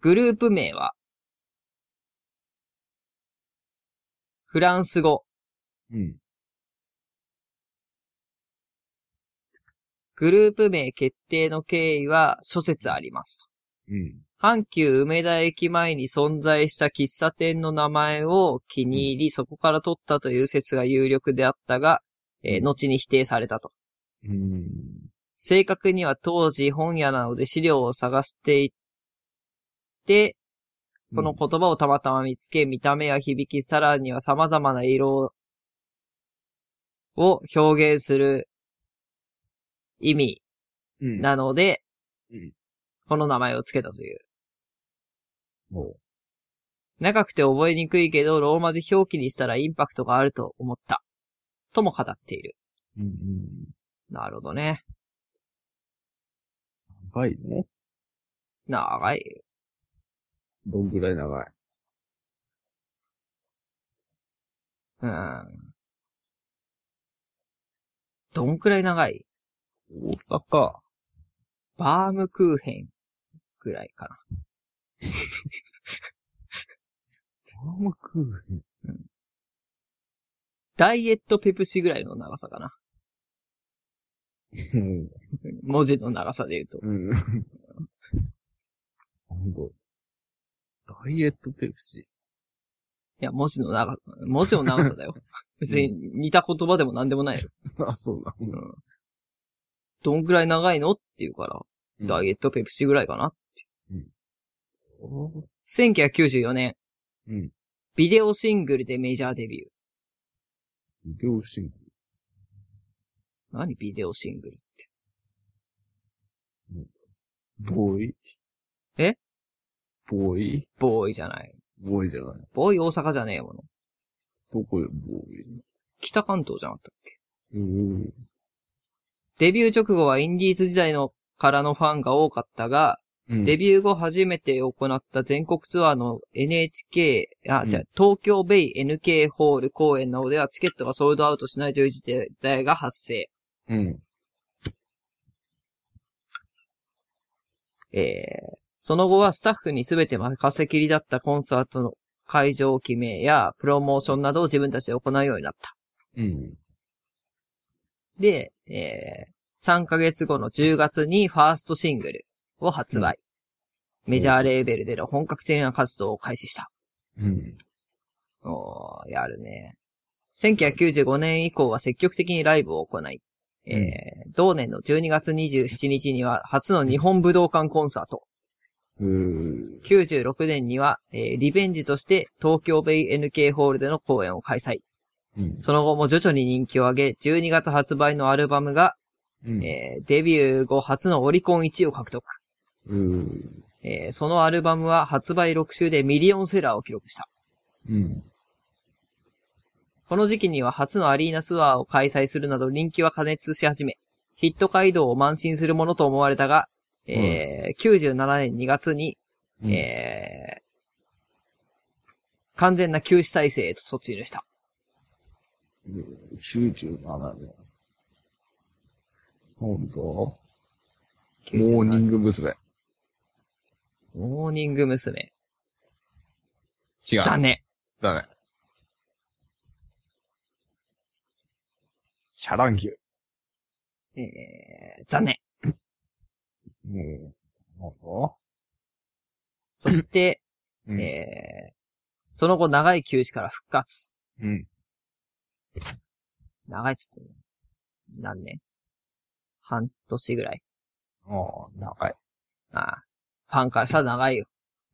A: グループ名は、フランス語、
B: うん。
A: グループ名決定の経緯は諸説ありますと。
B: うん。
A: 阪急梅田駅前に存在した喫茶店の名前を気に入り、そこから取ったという説が有力であったが、えー後に否定されたと。
B: うん。
A: 正確には当時本屋などで資料を探していって、この言葉をたまたま見つけ、見た目や響き、さらには様々な色を表現する意味
B: うん。
A: なので、
B: うん
A: この名前を付けたという。
B: も
A: 長くて覚えにくいけど、ローマ字表記にしたらインパクトがあると思った。とも語っている。
B: う。うん。
A: なるほどね。
B: 長いね。
A: 長い。
B: どんぐらい長い。
A: うん。どんくらい長い
B: 大阪。
A: バームクーヘンぐらいか
B: バームクーヘ
A: な。
B: ン。
A: ダイエットペプシぐらいの長さかな。
B: うん。
A: 文字の長さで言うと。
B: うん。なんだ。ダイエットペプシ。
A: いや、文字の長さ、文字の長さだよ。別に似た言葉でも何でもないよ。
B: あ、そうだ。
A: どんくらい長いのって言うから、
B: うん
A: ダイエットペプシぐらいかな。
B: おー
A: 1994年、
B: うん。
A: ビデオシングルでメジャーデビュー。
B: ビデオシング
A: 何ビデオシングルって。
B: ル。ボーイ。
A: え
B: ボーイ
A: ボーイじゃない。
B: ボーイじゃない。
A: ボーイ大阪じゃねえもの。
B: どこよ、ボーイ。
A: 北関東じゃなかったっけ
B: うん。
A: デビュー直後はインディーズ時代のからのファンが多かったが、
B: うん
A: デビュー後初めて行った全国ツアーの NHK、あ、
B: うん
A: じゃあ東京ベイ NK ホール公演などではチケットがソールドアウトしないという事態が発生。
B: うん。
A: えー、その後はスタッフに全て任せきりだったコンサートの会場決めやプロモーションなどを自分たちで行うようになった。
B: うん。
A: で、えー、3ヶ月後の10月にファーストシングルを発売。メジャーレーベルでの本格的な活動を開始した。
B: うん。
A: おー、やるね。1995年以降は積極的にライブを行い、えー、同年の12月27日には初の日本武道館コンサート。
B: うん。
A: 96年には、えーリベンジとして東京ベイ NK ホールでの公演を開催。
B: うん。
A: その後も徐々に人気を上げ、12月発売のアルバムが
B: うん。
A: えーデビュー後初のオリコン1位を獲得。
B: うん。
A: えーそのアルバムは発売6週でミリオンセラーを記録した。
B: うん。
A: この時期には初のアリーナツアーを開催するなど人気は加熱し始め、ヒット街道を慢心するものと思われたが、えー97年2月に、
B: うん
A: えー完全な休止体制へと突入した。
B: 97年。本当モ
A: 97
B: ーニング娘。
A: モーニング娘。
B: 違う。
A: 残念。
B: だね。シャランキュー。
A: えー、残念。
B: うん。なんだ
A: そして、
B: うん
A: えー、その後長い休止から復活。
B: うん。
A: 長いっつっても、何年半年ぐらい。
B: ああ、長い。
A: ああ。ファンからしたら長いよ。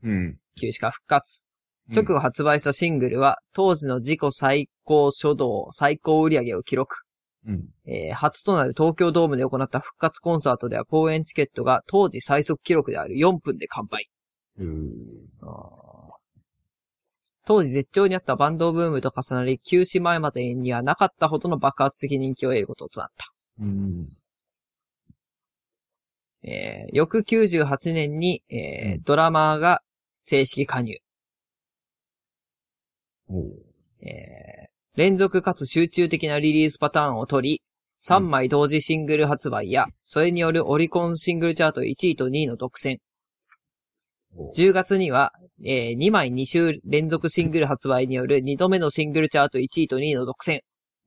B: うん。
A: 休止から復活。
B: うん
A: 直後発売したシングルは、当時の自己最高初動、最高売上を記録。
B: うん。
A: えー初となる東京ドームで行った復活コンサートでは公演チケットが当時最速記録である4分で完売。
B: うん。
A: 当時絶頂にあったバンドブームと重なり、休止前までにはなかったほどの爆発的人気を得ることとなった。
B: うん。
A: えー、翌98年に、えー
B: うん
A: ドラマーが正式加入。
B: おう
A: えー連続かつ集中的なリリースパターンを取り、3枚同時シングル発売や、それによるオリコンシングルチャート1位と2位の独占。
B: おう
A: 10月には、え2枚2週連続シングル発売による2度目のシングルチャート1位と2位の独占。
B: 終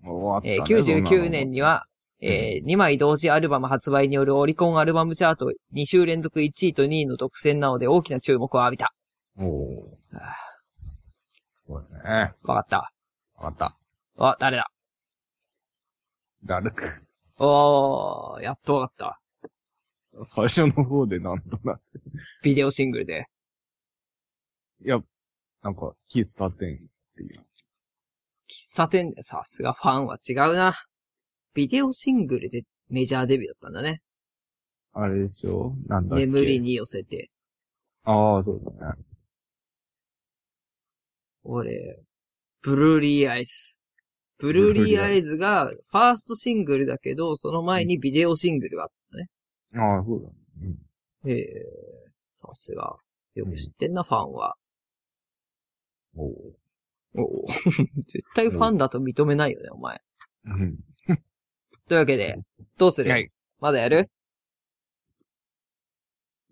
A: えー
B: わったね
A: 99年に、は、え2枚同時アルバム発売によるオリコンアルバムチャート2週連続1位と2位の独占なので大きな注目を浴びた。
B: そんなのおうすごいね。
A: わかった。
B: わかった。
A: あ、誰だ
B: ラルク。
A: おー、やっとわかった。
B: 最初の方でなんとなく。
A: ビデオシングルで。
B: いや、なんか、喫茶店っていう。
A: 喫茶店でさすがファンは違うな。ビデオシングルでメジャーデビューだったんだね。
B: あれでしょなんだっけ
A: 眠り。に寄せて。
B: ああ、そうだね。
A: 俺、ブルーリーアイズ。ブルーリーアイズがファーストシングルだけど、その前にビデオシングルがあっ
B: ああ、そうだね。
A: た。へえ、さすが。よく知ってんな、ファンは。
B: おう
A: おお 絶対ファンだと認めないよね、お前。
B: うん。
A: というわけで、どうする、
B: はい
A: まだやる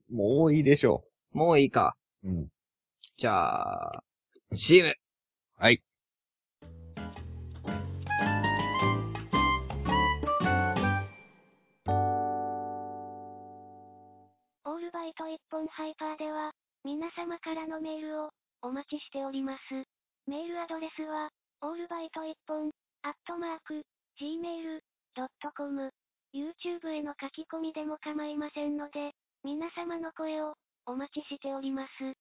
B: もういいでしょ
A: もういいか。
B: う。うん。
A: じゃあ、CM!
B: はい。
E: オールバイト一本ハイパーでは、皆様からのメールをお待ちしております。メールアドレスは、オールバイト一本、アットマーク、gmail.com。YouTube への書き込みでも構いませんので、皆様の声をお待ちしております。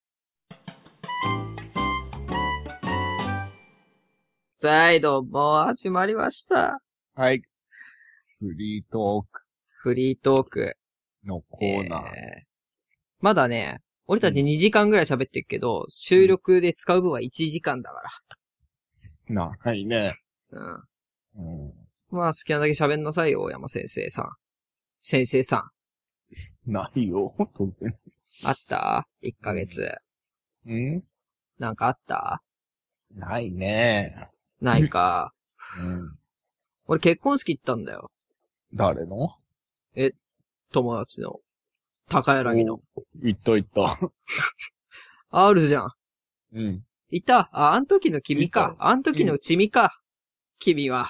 A: はい、どうも、始まりました。
B: はい。フリートーク
A: フリートーク。
B: のコーナー。
A: えーまだね、俺たち2時間ぐらい喋ってるけど、収録で使う分は1時間だか
B: 長いね。
A: ら。うん。
B: うん。
A: まあ、好きなだけ喋んなさいよ、大山先生さん。先生さん。
B: ないよ。当然。
A: あった ?1 ヶ月。
B: うん
A: なんかあった
B: ないね。
A: ないか。
B: うん。
A: 俺結婚式行ったんだよ。
B: 誰の
A: 友達の。高柳の。
B: 言った言った。
A: R じゃん。
B: うん。
A: いた。あ、あん時の君か
B: い。
A: あん時のチミか。君は。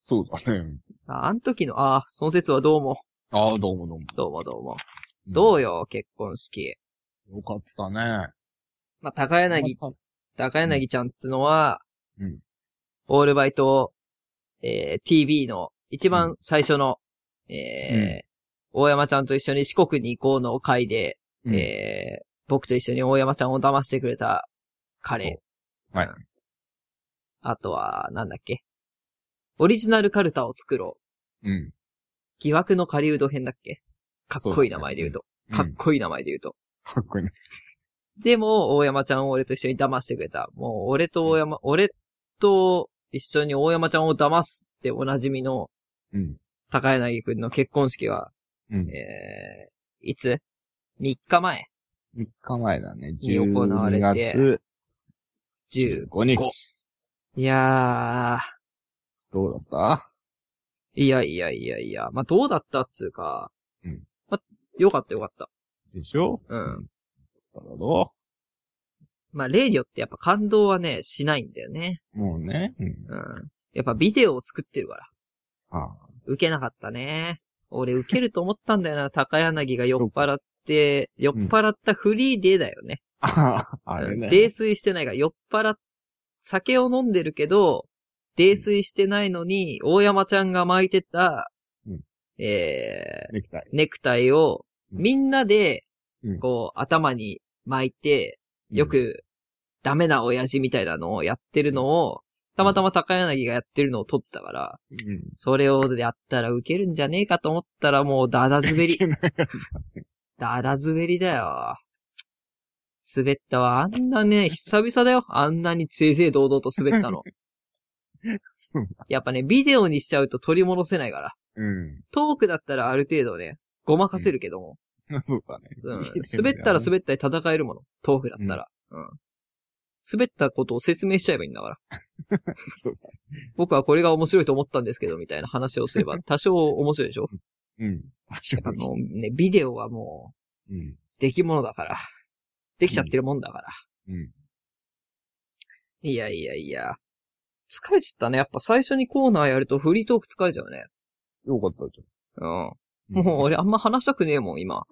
B: そうだね。
A: あ、あん時の、あ、その説はどうも。
B: ああ、どうもどうも。
A: どうもどうも。ど
B: う
A: うよ、結婚式。
B: んよかったね。
A: まあ、高柳、
B: よかっ
A: 高柳ちゃんっつのは、
B: うん
A: オールバイト、えー、TV の一番最初の、えー大山ちゃんと一緒に四国に行こうの回で、
B: たうん
A: えー僕と一緒に大山ちゃんを騙してくれた彼。
B: そうはい
A: うんあとは、なんだっけ。オリジナルカルタを作ろう。
B: うん。
A: 疑惑の狩人編だっけかっこいい名前で言うと。
B: うん
A: かっこいい名前で言うと。
B: かっこいいね。
A: でも、大山ちゃんを俺と一緒に騙してくれた。もう、俺と大山、俺と一緒に大山ちゃんを騙すっておなじみの
B: うん。
A: 高柳くんの結婚式は、
B: うん。
A: えー、いつ ?3 日前。
B: 3日前だね。
A: に行われて
B: 12月
A: 15。
B: 5日。
A: いや
B: どうだった
A: ー、いやいやいやいや、まあ、どうだったっつうか、
B: うん。
A: まあ、よかったよかった。
B: でしょ
A: うん。
B: だろ
A: まあ、レイディオってやっぱ感動はね、しないんだよね。
B: うもうね。うん。
A: うん。やっぱビデオを作ってるから。
B: あ
A: 受けなかったね。俺受けると思ったんだよな、 高柳が酔っ払って、酔っ払ったフリーでだよね。
B: あ。あ
A: う
B: れ
A: ん
B: ね。
A: 泥酔してないが、酔っ払っ、酒を飲んでるけど、泥酔してないのに、大山ちゃんが巻いてた、
B: うん
A: え
B: ネクタイ。
A: ー、ネクタイを、
B: うん
A: みんなで
B: うん、
A: こう、頭に巻いて、よ
B: うん。
A: く、ダメな親父みたいなのをやってるのを、たまたま高柳がやってるのを撮ってたから、
B: うん。
A: それをやったらウケるんじゃねえかと思ったらもうダダ 滑り。ダダ滑りだよ。滑ったわ。あんなね、久々だよ。あんなに正々堂々と滑 ったの。
B: そう
A: やっぱね、ビデオにしちゃうと取り戻せないから。
B: うん。
A: トークだったらある程度ね、ごまかせるけども。
B: そうだね。
A: うん。滑ったら滑ったり戦えるもの。トークだったら。うん。滑ったことを説明しちゃえばいいんだから。
B: そうだ。
A: 僕はこれが面白いと思ったんですけど、みたいな話をすれ ば、多少面白いでしょ
B: うん。
A: あの、ね、ビデオはも
B: うん。
A: う、出来物だから。できちゃってるもんだから。
B: うん。
A: いやいやいや。疲れちゃったね。やっぱ最初にコーナーやるとフリートーク疲れちゃうね。
B: よかったじ
A: うん。
B: ゃん。
A: もう俺あんま話したくねえもん、 今。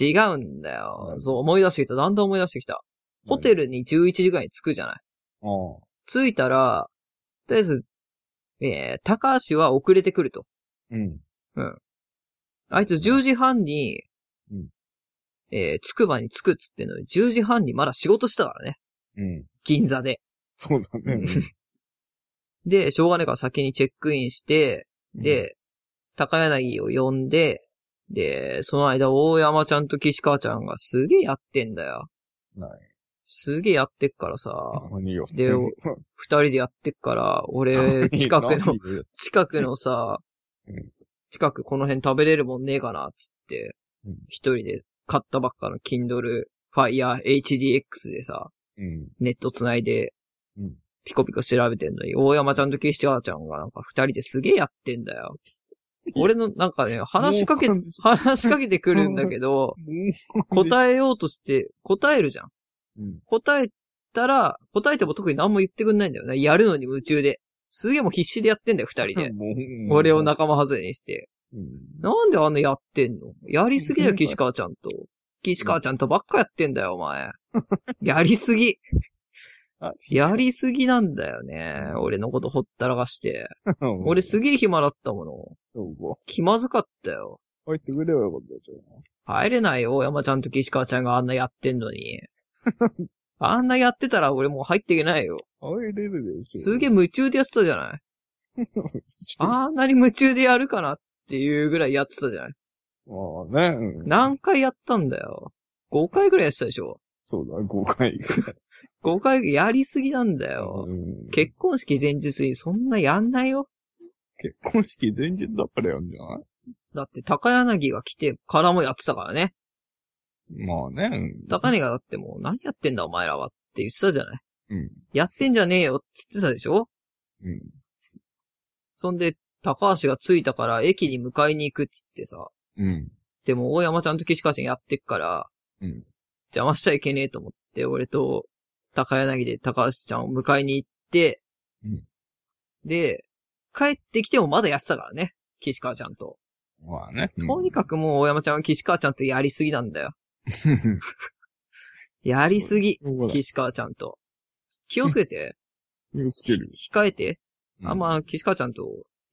A: 違うんだよ。そう、思い出してきた。だんだん思い出してきた。ホテルに11時ぐらいに着くじゃない。
B: うん。あ
A: 着いたら、とりあえず、えー、高橋は遅れてくると。
B: あ。うん。
A: あいつ10時半に、
B: うん
A: えー、つくばに着くっつってんのに、10時半にまだ仕事してたからね。
B: うん。
A: 銀座で。
B: そうだね。
A: で、しょうがねえから先にチェックインして、
B: うん、
A: で、高柳を呼んで、で、その間、大山ちゃんと岸川ちゃんがすげえやってんだよ。
B: はい
A: すげえやってっからさ、
B: 何よ。
A: でお二人でやってっから、 俺、近くの、
B: の。
A: 近くのさ
B: うん、
A: 近くこの辺食べれるもんねえかな、つって
B: うん、
A: 一人で買ったばっかの Kindle Fire HDX でさ、
B: うん。
A: ネット繋いで
B: うん、
A: ピコピコ調べてんのに、大山ちゃんと岸川ちゃんがなんか二人ですげえやってんだよ。俺のなんかね、話しかけ
B: もう、
A: 話しかけてくるんだけ ど、答えようとして、答えるじゃん。
B: うん。
A: 答えたら、答えても特に何も言ってくんないんだよね。やるのに夢中で。すげえもう必死でやってんだよ、二人で。
B: もう
A: 俺を。仲間外れにして。
B: うん。
A: なんであんなやってんのやりすぎだよ、岸川ちゃんと。岸川ちゃんとばっかやってんだよ、お 前。やりすぎ。
B: あ、
A: やりすぎなんだよね。俺のことほったらかして。俺すげえ暇だったもの。
B: どうも。
A: 気まずかったよ。
B: 入ってくればよかったじ
A: 入れないよ、大山ちゃんと岸川ちゃんがあんなやってんの に。あんなやってたら俺もう入っていけないよ。
B: ゃん。入れるでしょ。
A: すげえ 夢中でやってたじゃない。あんなに夢中でやるかなっていうぐらいやってたじゃない。
B: まあね。うん
A: 何回やったんだよ。5回ぐらいやってたでしょ。
B: そうだ、5回。
A: 5回やりすぎなんだよ。
B: うん
A: 結婚式前日にそんなやんないよ。
B: 結婚式前日だったらやんじゃない
A: だって高柳が来てからもやってたからね。
B: まあね。うん
A: 高柳がだってもう何やってんだお前らはって言ってたじゃない。
B: うん。
A: やってんじゃねえよって言ってたでしょ
B: うん。
A: そんで、高橋が着いたから駅に迎えに行くっつってさ。
B: うん。
A: でも大山ちゃんと岸川ちゃんやってっから、
B: うん
A: 邪魔しちゃいけねえと思って、俺と高柳で高橋ちゃんを迎えに行って、
B: うん
A: で、帰ってきてもまだやってたからね。岸川ちゃんと。
B: まあね。
A: とにかくもう大山ちゃんは岸川ちゃんとやりすぎなんだよ。
B: く。
A: やりすぎ。
B: そうだ
A: 岸川ちゃんと。気をつけて。
B: 気をつける。
A: 控えて。あん
B: うん。
A: ま岸川ちゃんと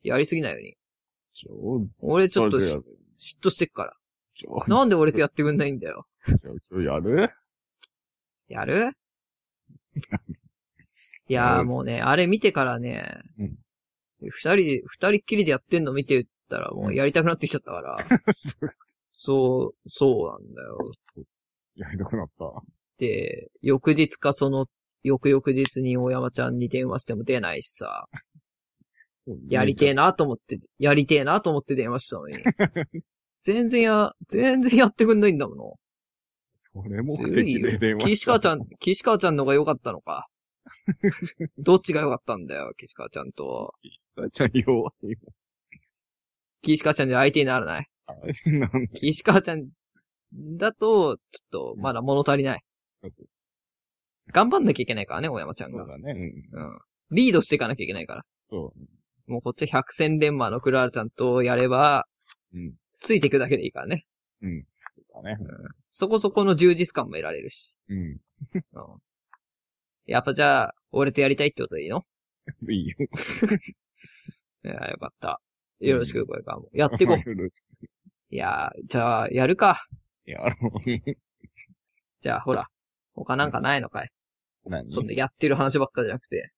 A: やりすぎないように。
B: ちょ、
A: 俺ち
B: ち
A: ょ
B: ょ
A: っ
B: っ
A: と
B: と
A: し
B: やる。
A: 嫉妬してっから。
B: ちょ、
A: なんで俺とやってくんないんだよ。
B: ちょ、やる
A: やる いやーもうね、あれ見てからね
B: うん、
A: 二人で、二人っきりでやってんの見てたらもうやりたくなってきちゃった から、そう、そうなんだよ。
B: やりたくなった。
A: で、翌日かその、翌々日に大山ちゃんに電話しても出ないしさ、やりてえなと思って、やりてえなと 思って電話したのに。全然や、全然やってくんないんだもの。
B: それも
A: ず
B: 目
A: るい
B: 的
A: よ
B: で電。話
A: 岸川ちゃん、岸川ちゃんの方が良かったの か。どっちが良かったんだよ、岸川ちゃんと。
B: ん。ちゃん弱いよ。
A: 岸川ちゃんじゃ相手にならない。
B: あなん
A: 岸川ちゃんだと、ちょっと、まだ物足りない。
B: そうそ
A: 頑張んなきゃいけないからね、大山ちゃん
B: そう
A: が。
B: だね。うん。
A: うん。リードしていかなきゃいけないから。
B: そう。
A: もうこっち100戦連磨のクラールちゃんとやれば、
B: うん。
A: ついていくだけでいいからね。
B: うん。そうだね。
A: そこそこの充実感も得られるし。
B: うん。
A: うん。やっぱじゃあ、俺とやりたいってことでいいの
B: いいよ。。
A: いや、よかった。よろしく、これからも。やっていこう
B: う。
A: いやー、じゃあ、やるか。
B: や ろう。
A: じゃあ、ほら。他なんかないのかい。
B: 何
A: そんなやってる話ばっかじゃなくて。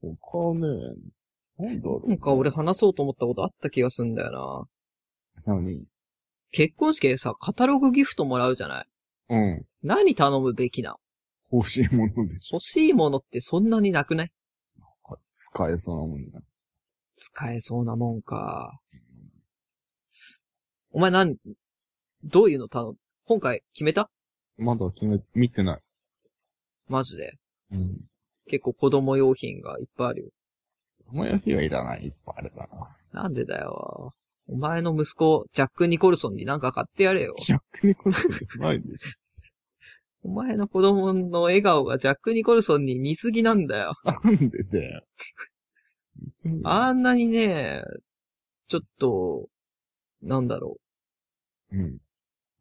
B: 他ね、なんだろ
A: なんか俺話そうと思ったことあった気がすんだよな。
B: う。何
A: 結婚式でさ、カタログギフトもらうじゃない
B: うん。
A: 何頼むべきなの
B: 欲しいものでしょ
A: 欲しいものってそんなになくない
B: 使えそうなもんだ。
A: 使えそうなもんか。お前なん、どういうの頼む今回決めた
B: まだ決め、見てない。
A: マジで。
B: うん。
A: 結構子供用品がいっぱいあるよ。
B: 友よりはいらない。いっぱいあるからな。
A: なんでだよ。お前の息子、ジャック・ニコルソンになんか買ってやれよ。
B: ジャックニコルソンじゃないでしょ。
A: お前の子供の笑顔がジャック・ニコルソンに似すぎなんだよ。
B: なんでだよ。
A: あんなにね、ちょっと、なんだろ
B: うん。
A: う。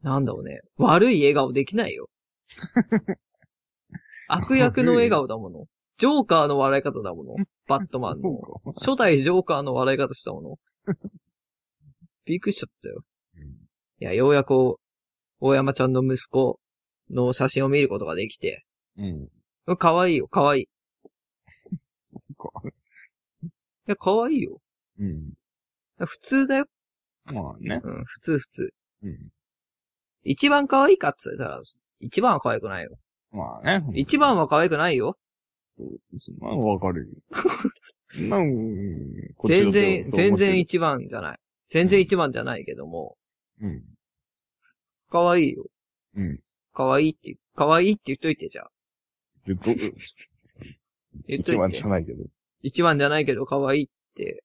A: なんだろうね。悪い笑顔できない よ。悪役の笑顔だもの。ジョーカーの笑い方だもの。バットマンの。
B: そうか
A: 初代ジョーカーの笑い方したもの。びっくりしちゃったよ。
B: うん
A: いや、ようやく、大山ちゃんの息子の写真を見ることができて。
B: うん。
A: うん可愛いよ、可愛い。い
B: そうか。
A: や、可愛いよ。
B: うん。
A: 普通だよ。
B: まあね。
A: うん、普通普通。
B: うん。
A: 一番可愛いかって言ったら、一番は可愛くないよ。
B: まあね。
A: 一番は可愛くないよ。
B: そう、そんなのわか るよ。そんなのうんこっち
A: 全
B: だって
A: 然、
B: そう
A: 全
B: 思ってる
A: 然一番じゃない。全然一番じゃないけども、
B: うん。
A: 可愛いよ。
B: うん。
A: 可愛いって、可愛いって言っといて、じゃあ。
B: で、ど、
A: 言っと
B: 一
A: い
B: 番じ
A: て
B: ゃ。ないけど。
A: 一番じゃないけど可愛いって、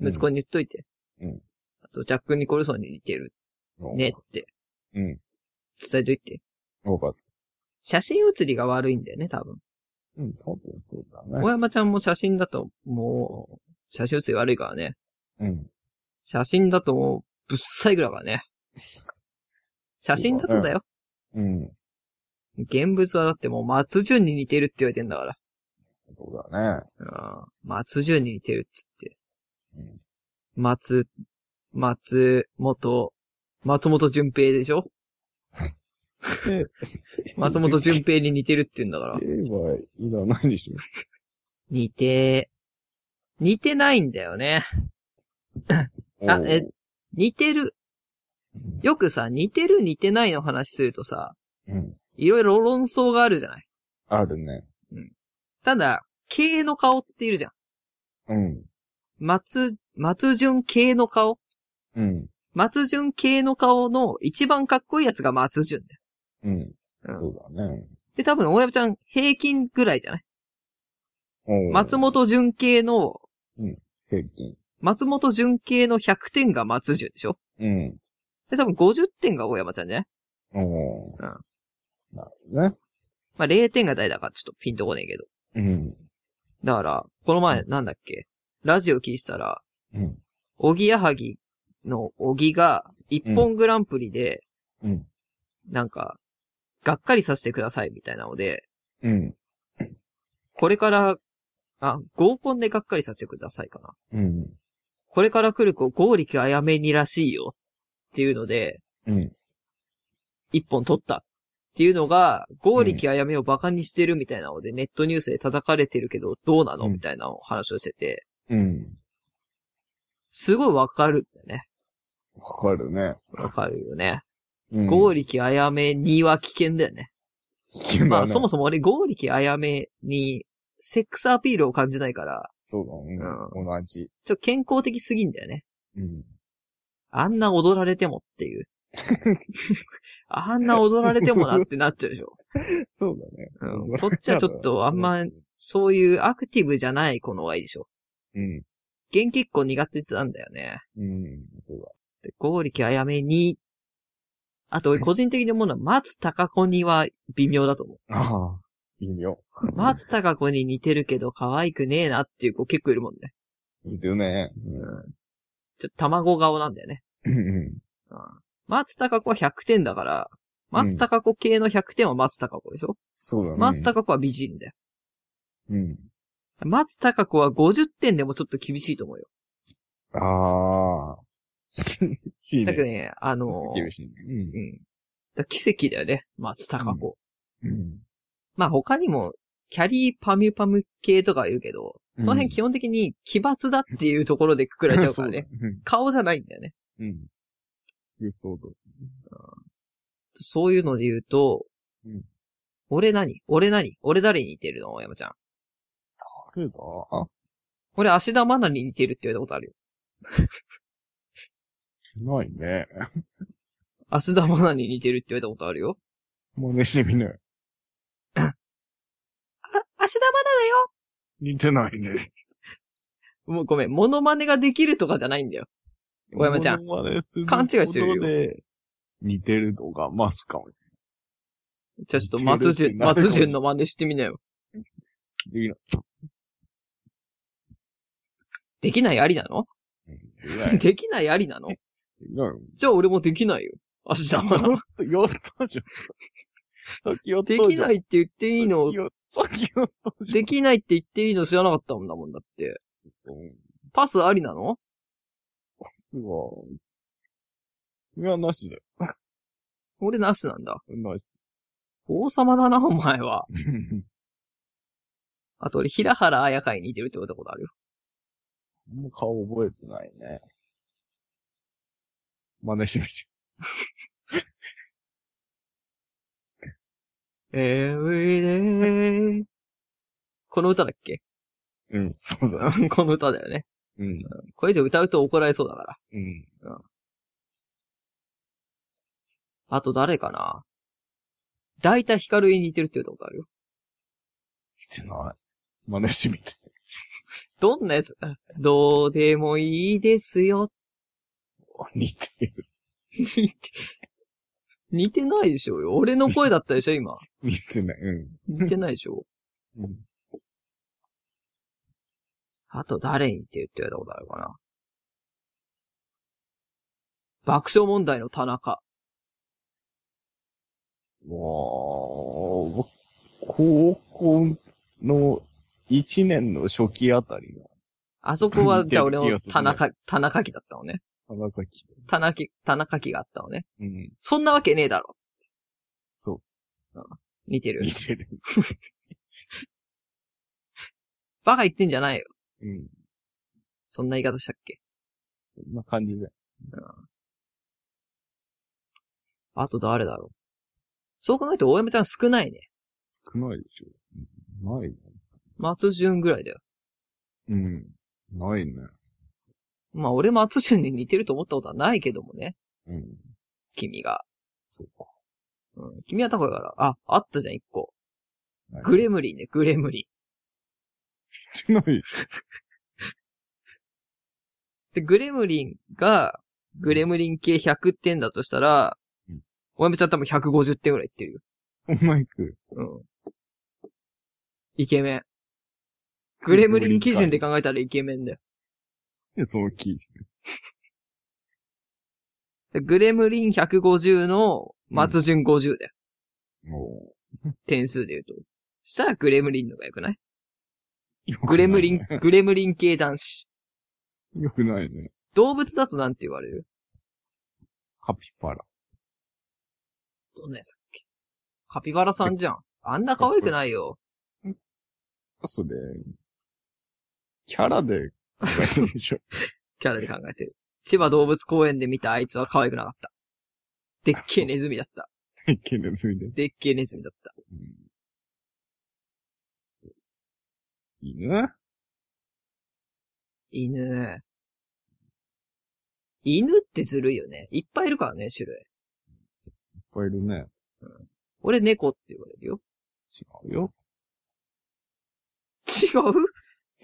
A: 息子に言っといて。
B: うん
A: あと、ジャック・ニコルソンに似てる
B: うん
A: ねって
B: うん。
A: 伝えといて。
B: わかっ
A: 写真写りが悪いんだよね、多分。
B: た。うん、多分そうだ
A: 大
B: ね。
A: 山ちゃんも写真だと、もう、写真写り悪いからね。
B: うん。
A: 写真だともう、ぶっさいぐらいだね。写真だとだよ。
B: うん。
A: 現物はだってもう松潤に似てるって言われてんだから
B: そうだね。。
A: うん松潤に似てるっつって
B: うん。
A: 松、松本、松本淳平でし ょ松本淳平に似てるって言うんだから。
B: K はいらないでしょ。
A: 似て、似てないんだよね。あ
B: おう
A: え、似てる。よくさ、似てる似てないの話するとさ、
B: うん。
A: いろいろ論争があるじゃない
B: あるね。
A: ただ、系の顔っているじゃん。
B: うん。
A: 松、松潤系の顔
B: うん。
A: 松潤系の顔の一番かっこいいやつが松潤だよ。
B: うん。
A: うん
B: そうだね。
A: で、多分、大山ちゃん平均ぐらいじゃない
B: おう
A: 松本潤系の、
B: 平均。
A: 松本潤系の100点が松潤でしょ
B: うん。
A: で、多分50点が大山ちゃんじゃない
B: おう
A: うん
B: なるほどね。
A: まあ、0点が誰だかちょっとピンとこねえけど。
B: うん。
A: だから、この前、なんだっけラジオ聞いてたら、
B: うん。
A: おぎやはぎのおぎが、一本グランプリで、
B: うん。
A: なんか、がっかりさせてくださいみたいなので、
B: うん。
A: これから、あ、合コンでがっかりさせてくださいかな。
B: うん。
A: これから来る子、合力あやめにらしいよ。っていうので、
B: うん。
A: 一本取った。っていうのが、合力あやめをバカにしてるみたいなので、ネットニュースで叩かれてるけど、どうなの
B: うん
A: みたいなお話をしてて、
B: うん。
A: すごいわかるんだよね。
B: わかるね。
A: わかるよね。
B: うん。
A: 合力あやめには危険だよね。
B: 険
A: ま
B: だ
A: あ、
B: ね。
A: そもそも俺、合力あやめに、セックスアピールを感じないから、
B: そうだね。同じ。
A: ちょっと健康的すぎんだよね。
B: うん。
A: あんな踊られてもっていう。 あんな踊られてもなってなっちゃうでしょ。
B: そうだね。
A: うん。こっちはちょっとあんま、そういうアクティブじゃない子の方がいいでしょ。
B: うん。
A: 弦結構苦手ってたんだよね。
B: うん、そうだ。
A: で、ゴーリキあやめに、あと、個人的に思うのは、松高子には微妙だと思う。
B: ああ、微妙。
A: 松高子に似てるけど可愛くねえなっていう子結構いるもんね。
B: いるね。
A: ちょっと卵顔なんだよね。
B: うん。うん
A: 松高子は100点だから、松高子系の100点は松高子でしょ、
B: そうだね。
A: 松高子は美人だよ。
B: うん。
A: 松高子は50点でもちょっと厳しいと思うよ。
B: ああ。 しい
A: だけど
B: ね。
A: ね、あのー
B: 厳しいね。
A: うん。だ奇跡だよね、松高子。
B: うん。うん。
A: まあ他にも、キャリーパミュパム系とかいるけど、その辺基本的に奇抜だっていうところでくくられちゃうからね。
B: そうだ。
A: 顔じゃないんだよね。
B: うん。うん。予想と。
A: そういうので言うと、
B: うん
A: 俺何俺何俺誰に似てるの山ちゃん。
B: 誰だ
A: 俺足田愛菜に似てるって言われたことあるよ。
B: ないね。
A: 足田愛菜に似てるって言われたことあるよ。
B: 真似してみない。
A: あ、足田愛菜だよ
B: 似てないね。
A: もうごめん、モノマネができるとかじゃないんだよ。小山ちゃん
B: モノマネする
A: 勘違いしてるよ
B: ことで似てるのがマスかもし
A: じゃあちょっと松
B: 似てるって
A: 潤、
B: なるかも
A: 松潤の真似してみなよ。
B: れない。
A: できないありなの
B: できない。で
A: できないありなの
B: きない。
A: じゃあ俺もできないよ。足田愛
B: やっ
A: 菜。
B: と、やったじゃん。さっきやった
A: で
B: じゃん。
A: きないって言っていいの、
B: やさっきやったじゃん。
A: できないって言っていいの知らなかったもんだもんだって。
B: うん
A: パスありなの
B: すごい。君はなしだよ。
A: 俺なしなんだ。
B: なし。
A: 王様だな、お前は。あと俺、平原綾香に似てるって言われたことあるよ。
B: もう顔覚えてないね。真似してみて。
A: Everyday この歌だっけ
B: うん、そうだ。
A: この歌だよね。
B: うん。
A: これ以上歌うと怒られそうだから。
B: うん。
A: あと誰かな大体光に似てるって言われたことあるよ。
B: してない。真似してみて。
A: どんなやつどうでもいいですよ。
B: 似てる。
A: 似て、似てないでしょうよ。俺の声だったでしょ、 今。
B: 似てない。う
A: 似てないでしょ。
B: ん。うん。
A: あと誰に似てるって言われたことあるかな。爆笑問題の田中。
B: もう、高校の一年の初期あたりが、
A: あそこ は、じゃあ俺
B: 似てる
A: の
B: 気がするね
A: 田中、田中期だったのね。
B: 鼻かきで。
A: 田中、田中期があったのね。
B: うん。
A: そんなわけねえだろ。
B: そうっす。
A: 似 てる
B: 似。てる。
A: バカ言ってんじゃないよ。
B: うん。
A: そんな言い方したっけ。
B: そんな感じで。
A: あと誰だろう。そう考えると、大山ちゃん少ないね。
B: 少ないでしょ。うんないね。
A: 松潤ぐらいだよ。
B: うん。ないね。
A: まあ俺松潤に似てると思ったことはないけどもね。
B: うん。
A: 君が。
B: そうか。
A: うん、君は多分だから、あ、あったじゃん、一個。
B: ない
A: グレムリンね、グレムリン。
B: 少ない。
A: で、グレムリンが、グレムリン系100点だとしたら
B: うん、
A: 大山ちゃん多分150点ぐらいいってるよ。
B: マイク。
A: うん。イケメン。グレムリン基準で考えたらイケメンだよ。
B: で、その記事。
A: でグレムリン150の松潤50だよ。
B: も。
A: 点数で言うと。したらグレムリンのが良くないうグレムリン、 グレムリン系男子。
B: ン。よくないね。
A: 動物だとなんて言われる
B: カピバラ。
A: どんなやつだっけカピバラさんじゃん。あんな可愛くないよ。
B: それ、キャラで、考えてるでしょ。
A: キャラで考えてる。千葉動物公園で見たあいつは可愛くなかった。でっけえネズミだ った。
B: ケネズミで。
A: でっけえネズミだった。
B: 犬
A: 犬。犬ってずるいよね。いっぱいいるからね、種類。
B: ぱいいるね。
A: 俺猫って言われるよ。
B: 違うよ。
A: 違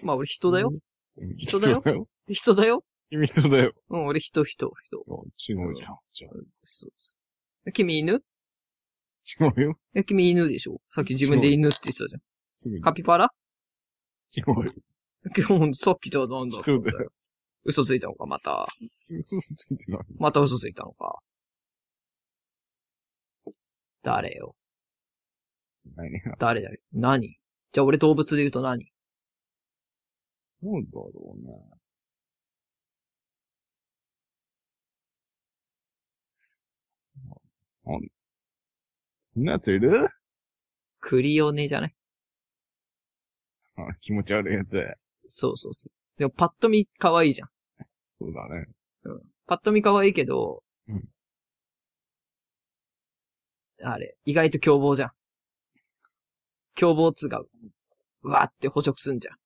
A: うまあ俺人だよ。
B: うん。
A: 人だよ
B: 人だよ。
A: 人だよ。
B: 君人だよ。
A: うん、俺人、人、人。
B: あ違うじゃん。じゃ
A: そうそう。君犬
B: あ違うよ。
A: え、君犬でしょさっき自分で犬って言ってたじゃ
B: すぐ
A: ん。カピバラ
B: 違うよ。
A: 今日、さっきとは何だったんだ
B: 人だ
A: よ。嘘ついたのか、また。
B: 嘘ついてない。
A: また嘘ついたのか。誰よ。
B: ないね。
A: 誰だよ。何じゃあ俺動物で言うと何
B: なんだろうね。なんこんなやついる
A: クリオネじゃない
B: あ気持ち悪いやつ。
A: そうそうそう。でもパッと見可愛いじゃん。
B: そうだね。
A: パッと見可愛いけど、
B: うん
A: あれ、意外と凶暴じゃん。凶暴っつうか、うわーって捕食すんじゃん。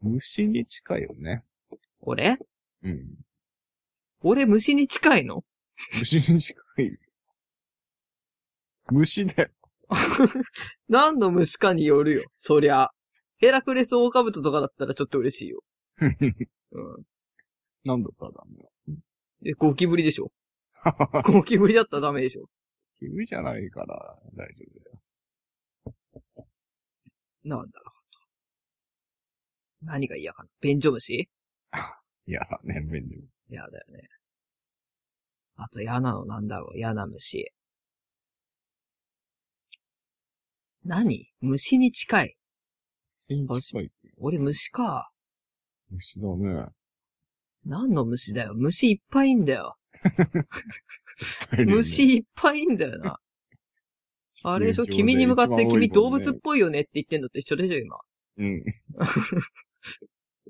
B: 虫に近いよね。
A: 俺
B: うん。
A: 俺虫に近いの
B: 虫に近い。虫だよ。
A: 何の虫かによるよ、そりゃ。ヘラクレスオオカブトとかだったらちょっと嬉しいよ。うん。
B: なんだったらダメよ。
A: え、ゴキブリでしょゴキブリだったらダメでしょ
B: 君じゃないから大丈夫だよ。
A: なんだろう。何が嫌かな便所虫
B: いや、ね、めんどい
A: 嫌だよね。あと嫌なのなんだろう嫌な虫。何虫に近い。
B: 虫に近い。
A: 俺虫か。
B: 虫だね。
A: 何の虫だよ虫いっぱいいんだよ。
B: いっぱいいるよね。
A: 虫いっぱいいんだよな。あれでしょ君に向かって君動物っぽいよねって言ってんのと一緒でしょ今。
B: うん。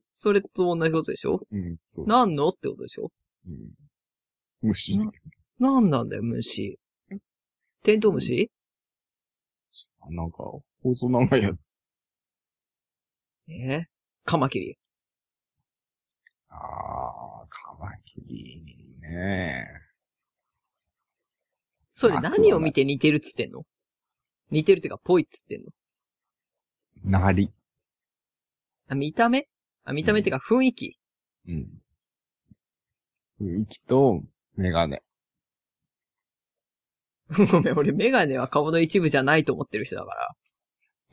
A: それと同じことでしょ
B: うん。そう。
A: 何のってことでしょ
B: うん、虫だよ。
A: 何なんだよ、虫。テントウムシ
B: あなんか、細長いやつ。
A: えカマキリ。
B: ああ、カマキリね。
A: それ何を見て似てるっつってんの似てるってか、ぽいっつってんの
B: なり。
A: あ、見た目あ、見た目ってか、雰囲気。
B: うん。雰囲気と、メガネ。
A: ごめん、俺メガネは顔の一部じゃないと思ってる人だか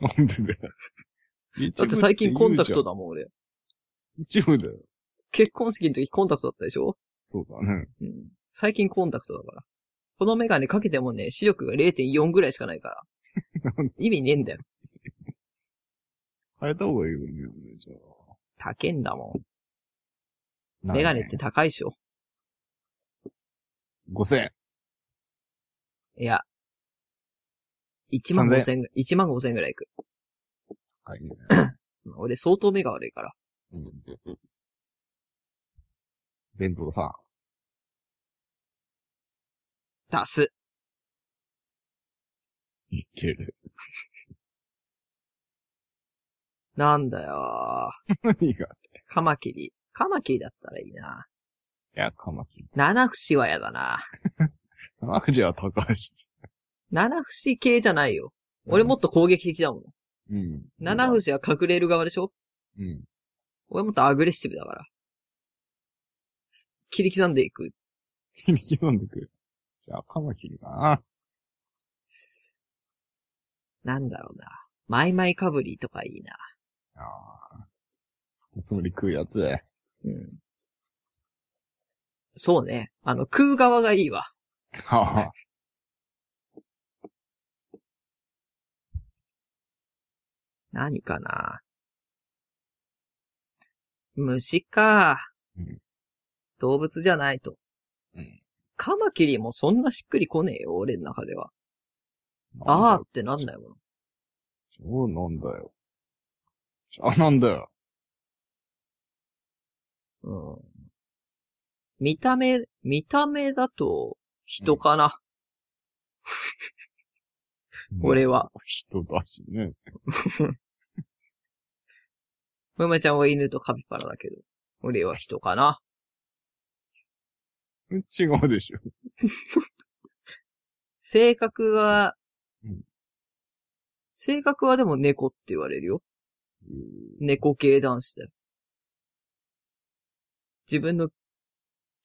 A: ら。
B: なんでだよ。
A: だって最近コンタクト
B: だ。
A: だもん、俺。
B: 一部だよ。
A: 結婚式の時コンタクトだったでしょ
B: そうだね。
A: うん。最近コンタクトだから。このメガネかけてもね、視力が0.4ぐらいしかない から。意味ねえんだよ。
B: 変えた方がいいよね、じゃ
A: 高えんだも
B: あ。
A: ん。メガネって高いでしょ。
B: 5000円。
A: いや。1万5千ぐらい、1万5千ぐらいいく。
B: 高いね。
A: うん俺相当目が悪いから。
B: うん。ベンゾーさん。
A: 出す。
B: 似てる。
A: なんだよ
B: 何が
A: カマキリ。カマキリだったらいいな。
B: いや、カマキリ。
A: 七節はやだな。
B: あ、じゃあ、高橋。
A: 七節系じゃないよ。俺もっと攻撃的だもん。
B: うん。
A: 七節は隠れる側でしょ
B: うん。
A: 俺もっとアグレッシブだから。切り刻んでいく。
B: 響きなんでくる。じゃあ、カマキリかな。
A: なんだろうな。マイマイかぶりとかいいな。
B: ああ。つもり食うや つ。
A: うん。そうね。あの、食う側がいいわ。
B: はあ。
A: 何かな虫か
B: うん。
A: 動物じゃないと。
B: うん
A: カマキリもそんなしっくりこねえよ、俺の中では。あーっ。てなんないもん。
B: そうなんだよ。あ、なんだよ。
A: うん。見た目、見た目だと、人かな、俺は。
B: 人だしね。
A: むむちゃんは犬とカピバラだけど。俺は人かな
B: 違うでしょ。
A: 性格は
B: うん、
A: 性格はでも猫って言われるよ。猫系男子だよ。自分の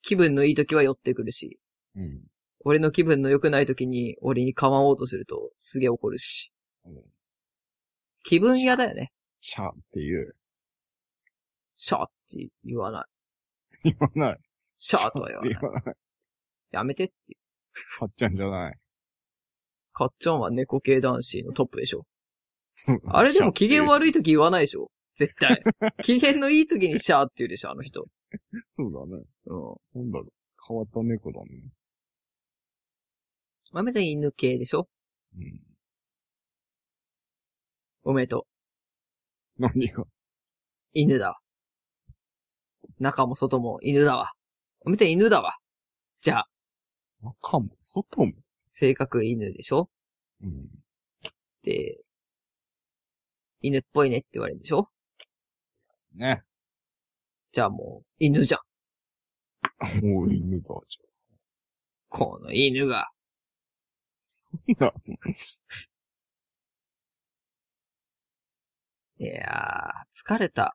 A: 気分のいい時は寄ってくるし、
B: うん。
A: 俺の気分の良くない時に俺に構おうとするとすげえ怒るし
B: うん。
A: 気分屋だよね。
B: シャーっていう。
A: シャーって言わない。
B: 言わない。
A: シャーとは言わない。
B: 言わない。
A: やめてっていう。
B: かっちゃんじゃない。
A: かっちゃんは猫系男子のトップでしょ。
B: そう
A: あれでも機嫌悪
B: い。
A: い時言わないでしょ絶対。機嫌のいい時にシャーって言うでしょ、あの人。
B: そうだね。
A: うん。
B: なんだろう。変わった猫だね。
A: まめちゃん犬系でしょ
B: うん。
A: おめでとう。
B: 何が。
A: 犬だわ。中も外も犬だわ。おめでとう犬だわ。じゃあ、
B: 中も、外も。
A: 性格犬でしょ
B: うん。
A: で、犬っぽいねって言われるでしょ
B: ね。
A: じゃあもう、犬じゃん。
B: もう犬だ、じ
A: この犬が。
B: な。
A: いやー、疲れた。
B: ゃあ。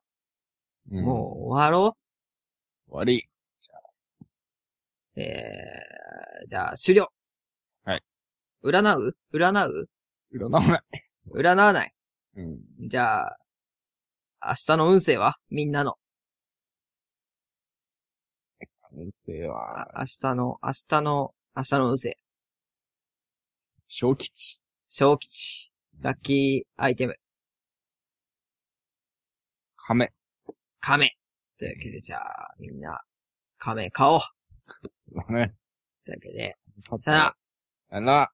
B: ん
A: もう終わろ
B: 終わり。
A: う。えー、じゃあ終了。
B: はい。
A: 占う占う
B: 占わない。
A: 占わない。
B: うん。
A: じゃあ、明日の運勢はみんなの。
B: 運勢は、
A: 明日の、明日の、明日の運勢。
B: 小吉。
A: 小吉。ラッキーアイテム。
B: 亀。
A: 亀。というわけで、じゃあ、みんな、亀買おう。
B: そうだね。
A: というわけで、
B: さ
A: さよなら。
B: さよなら。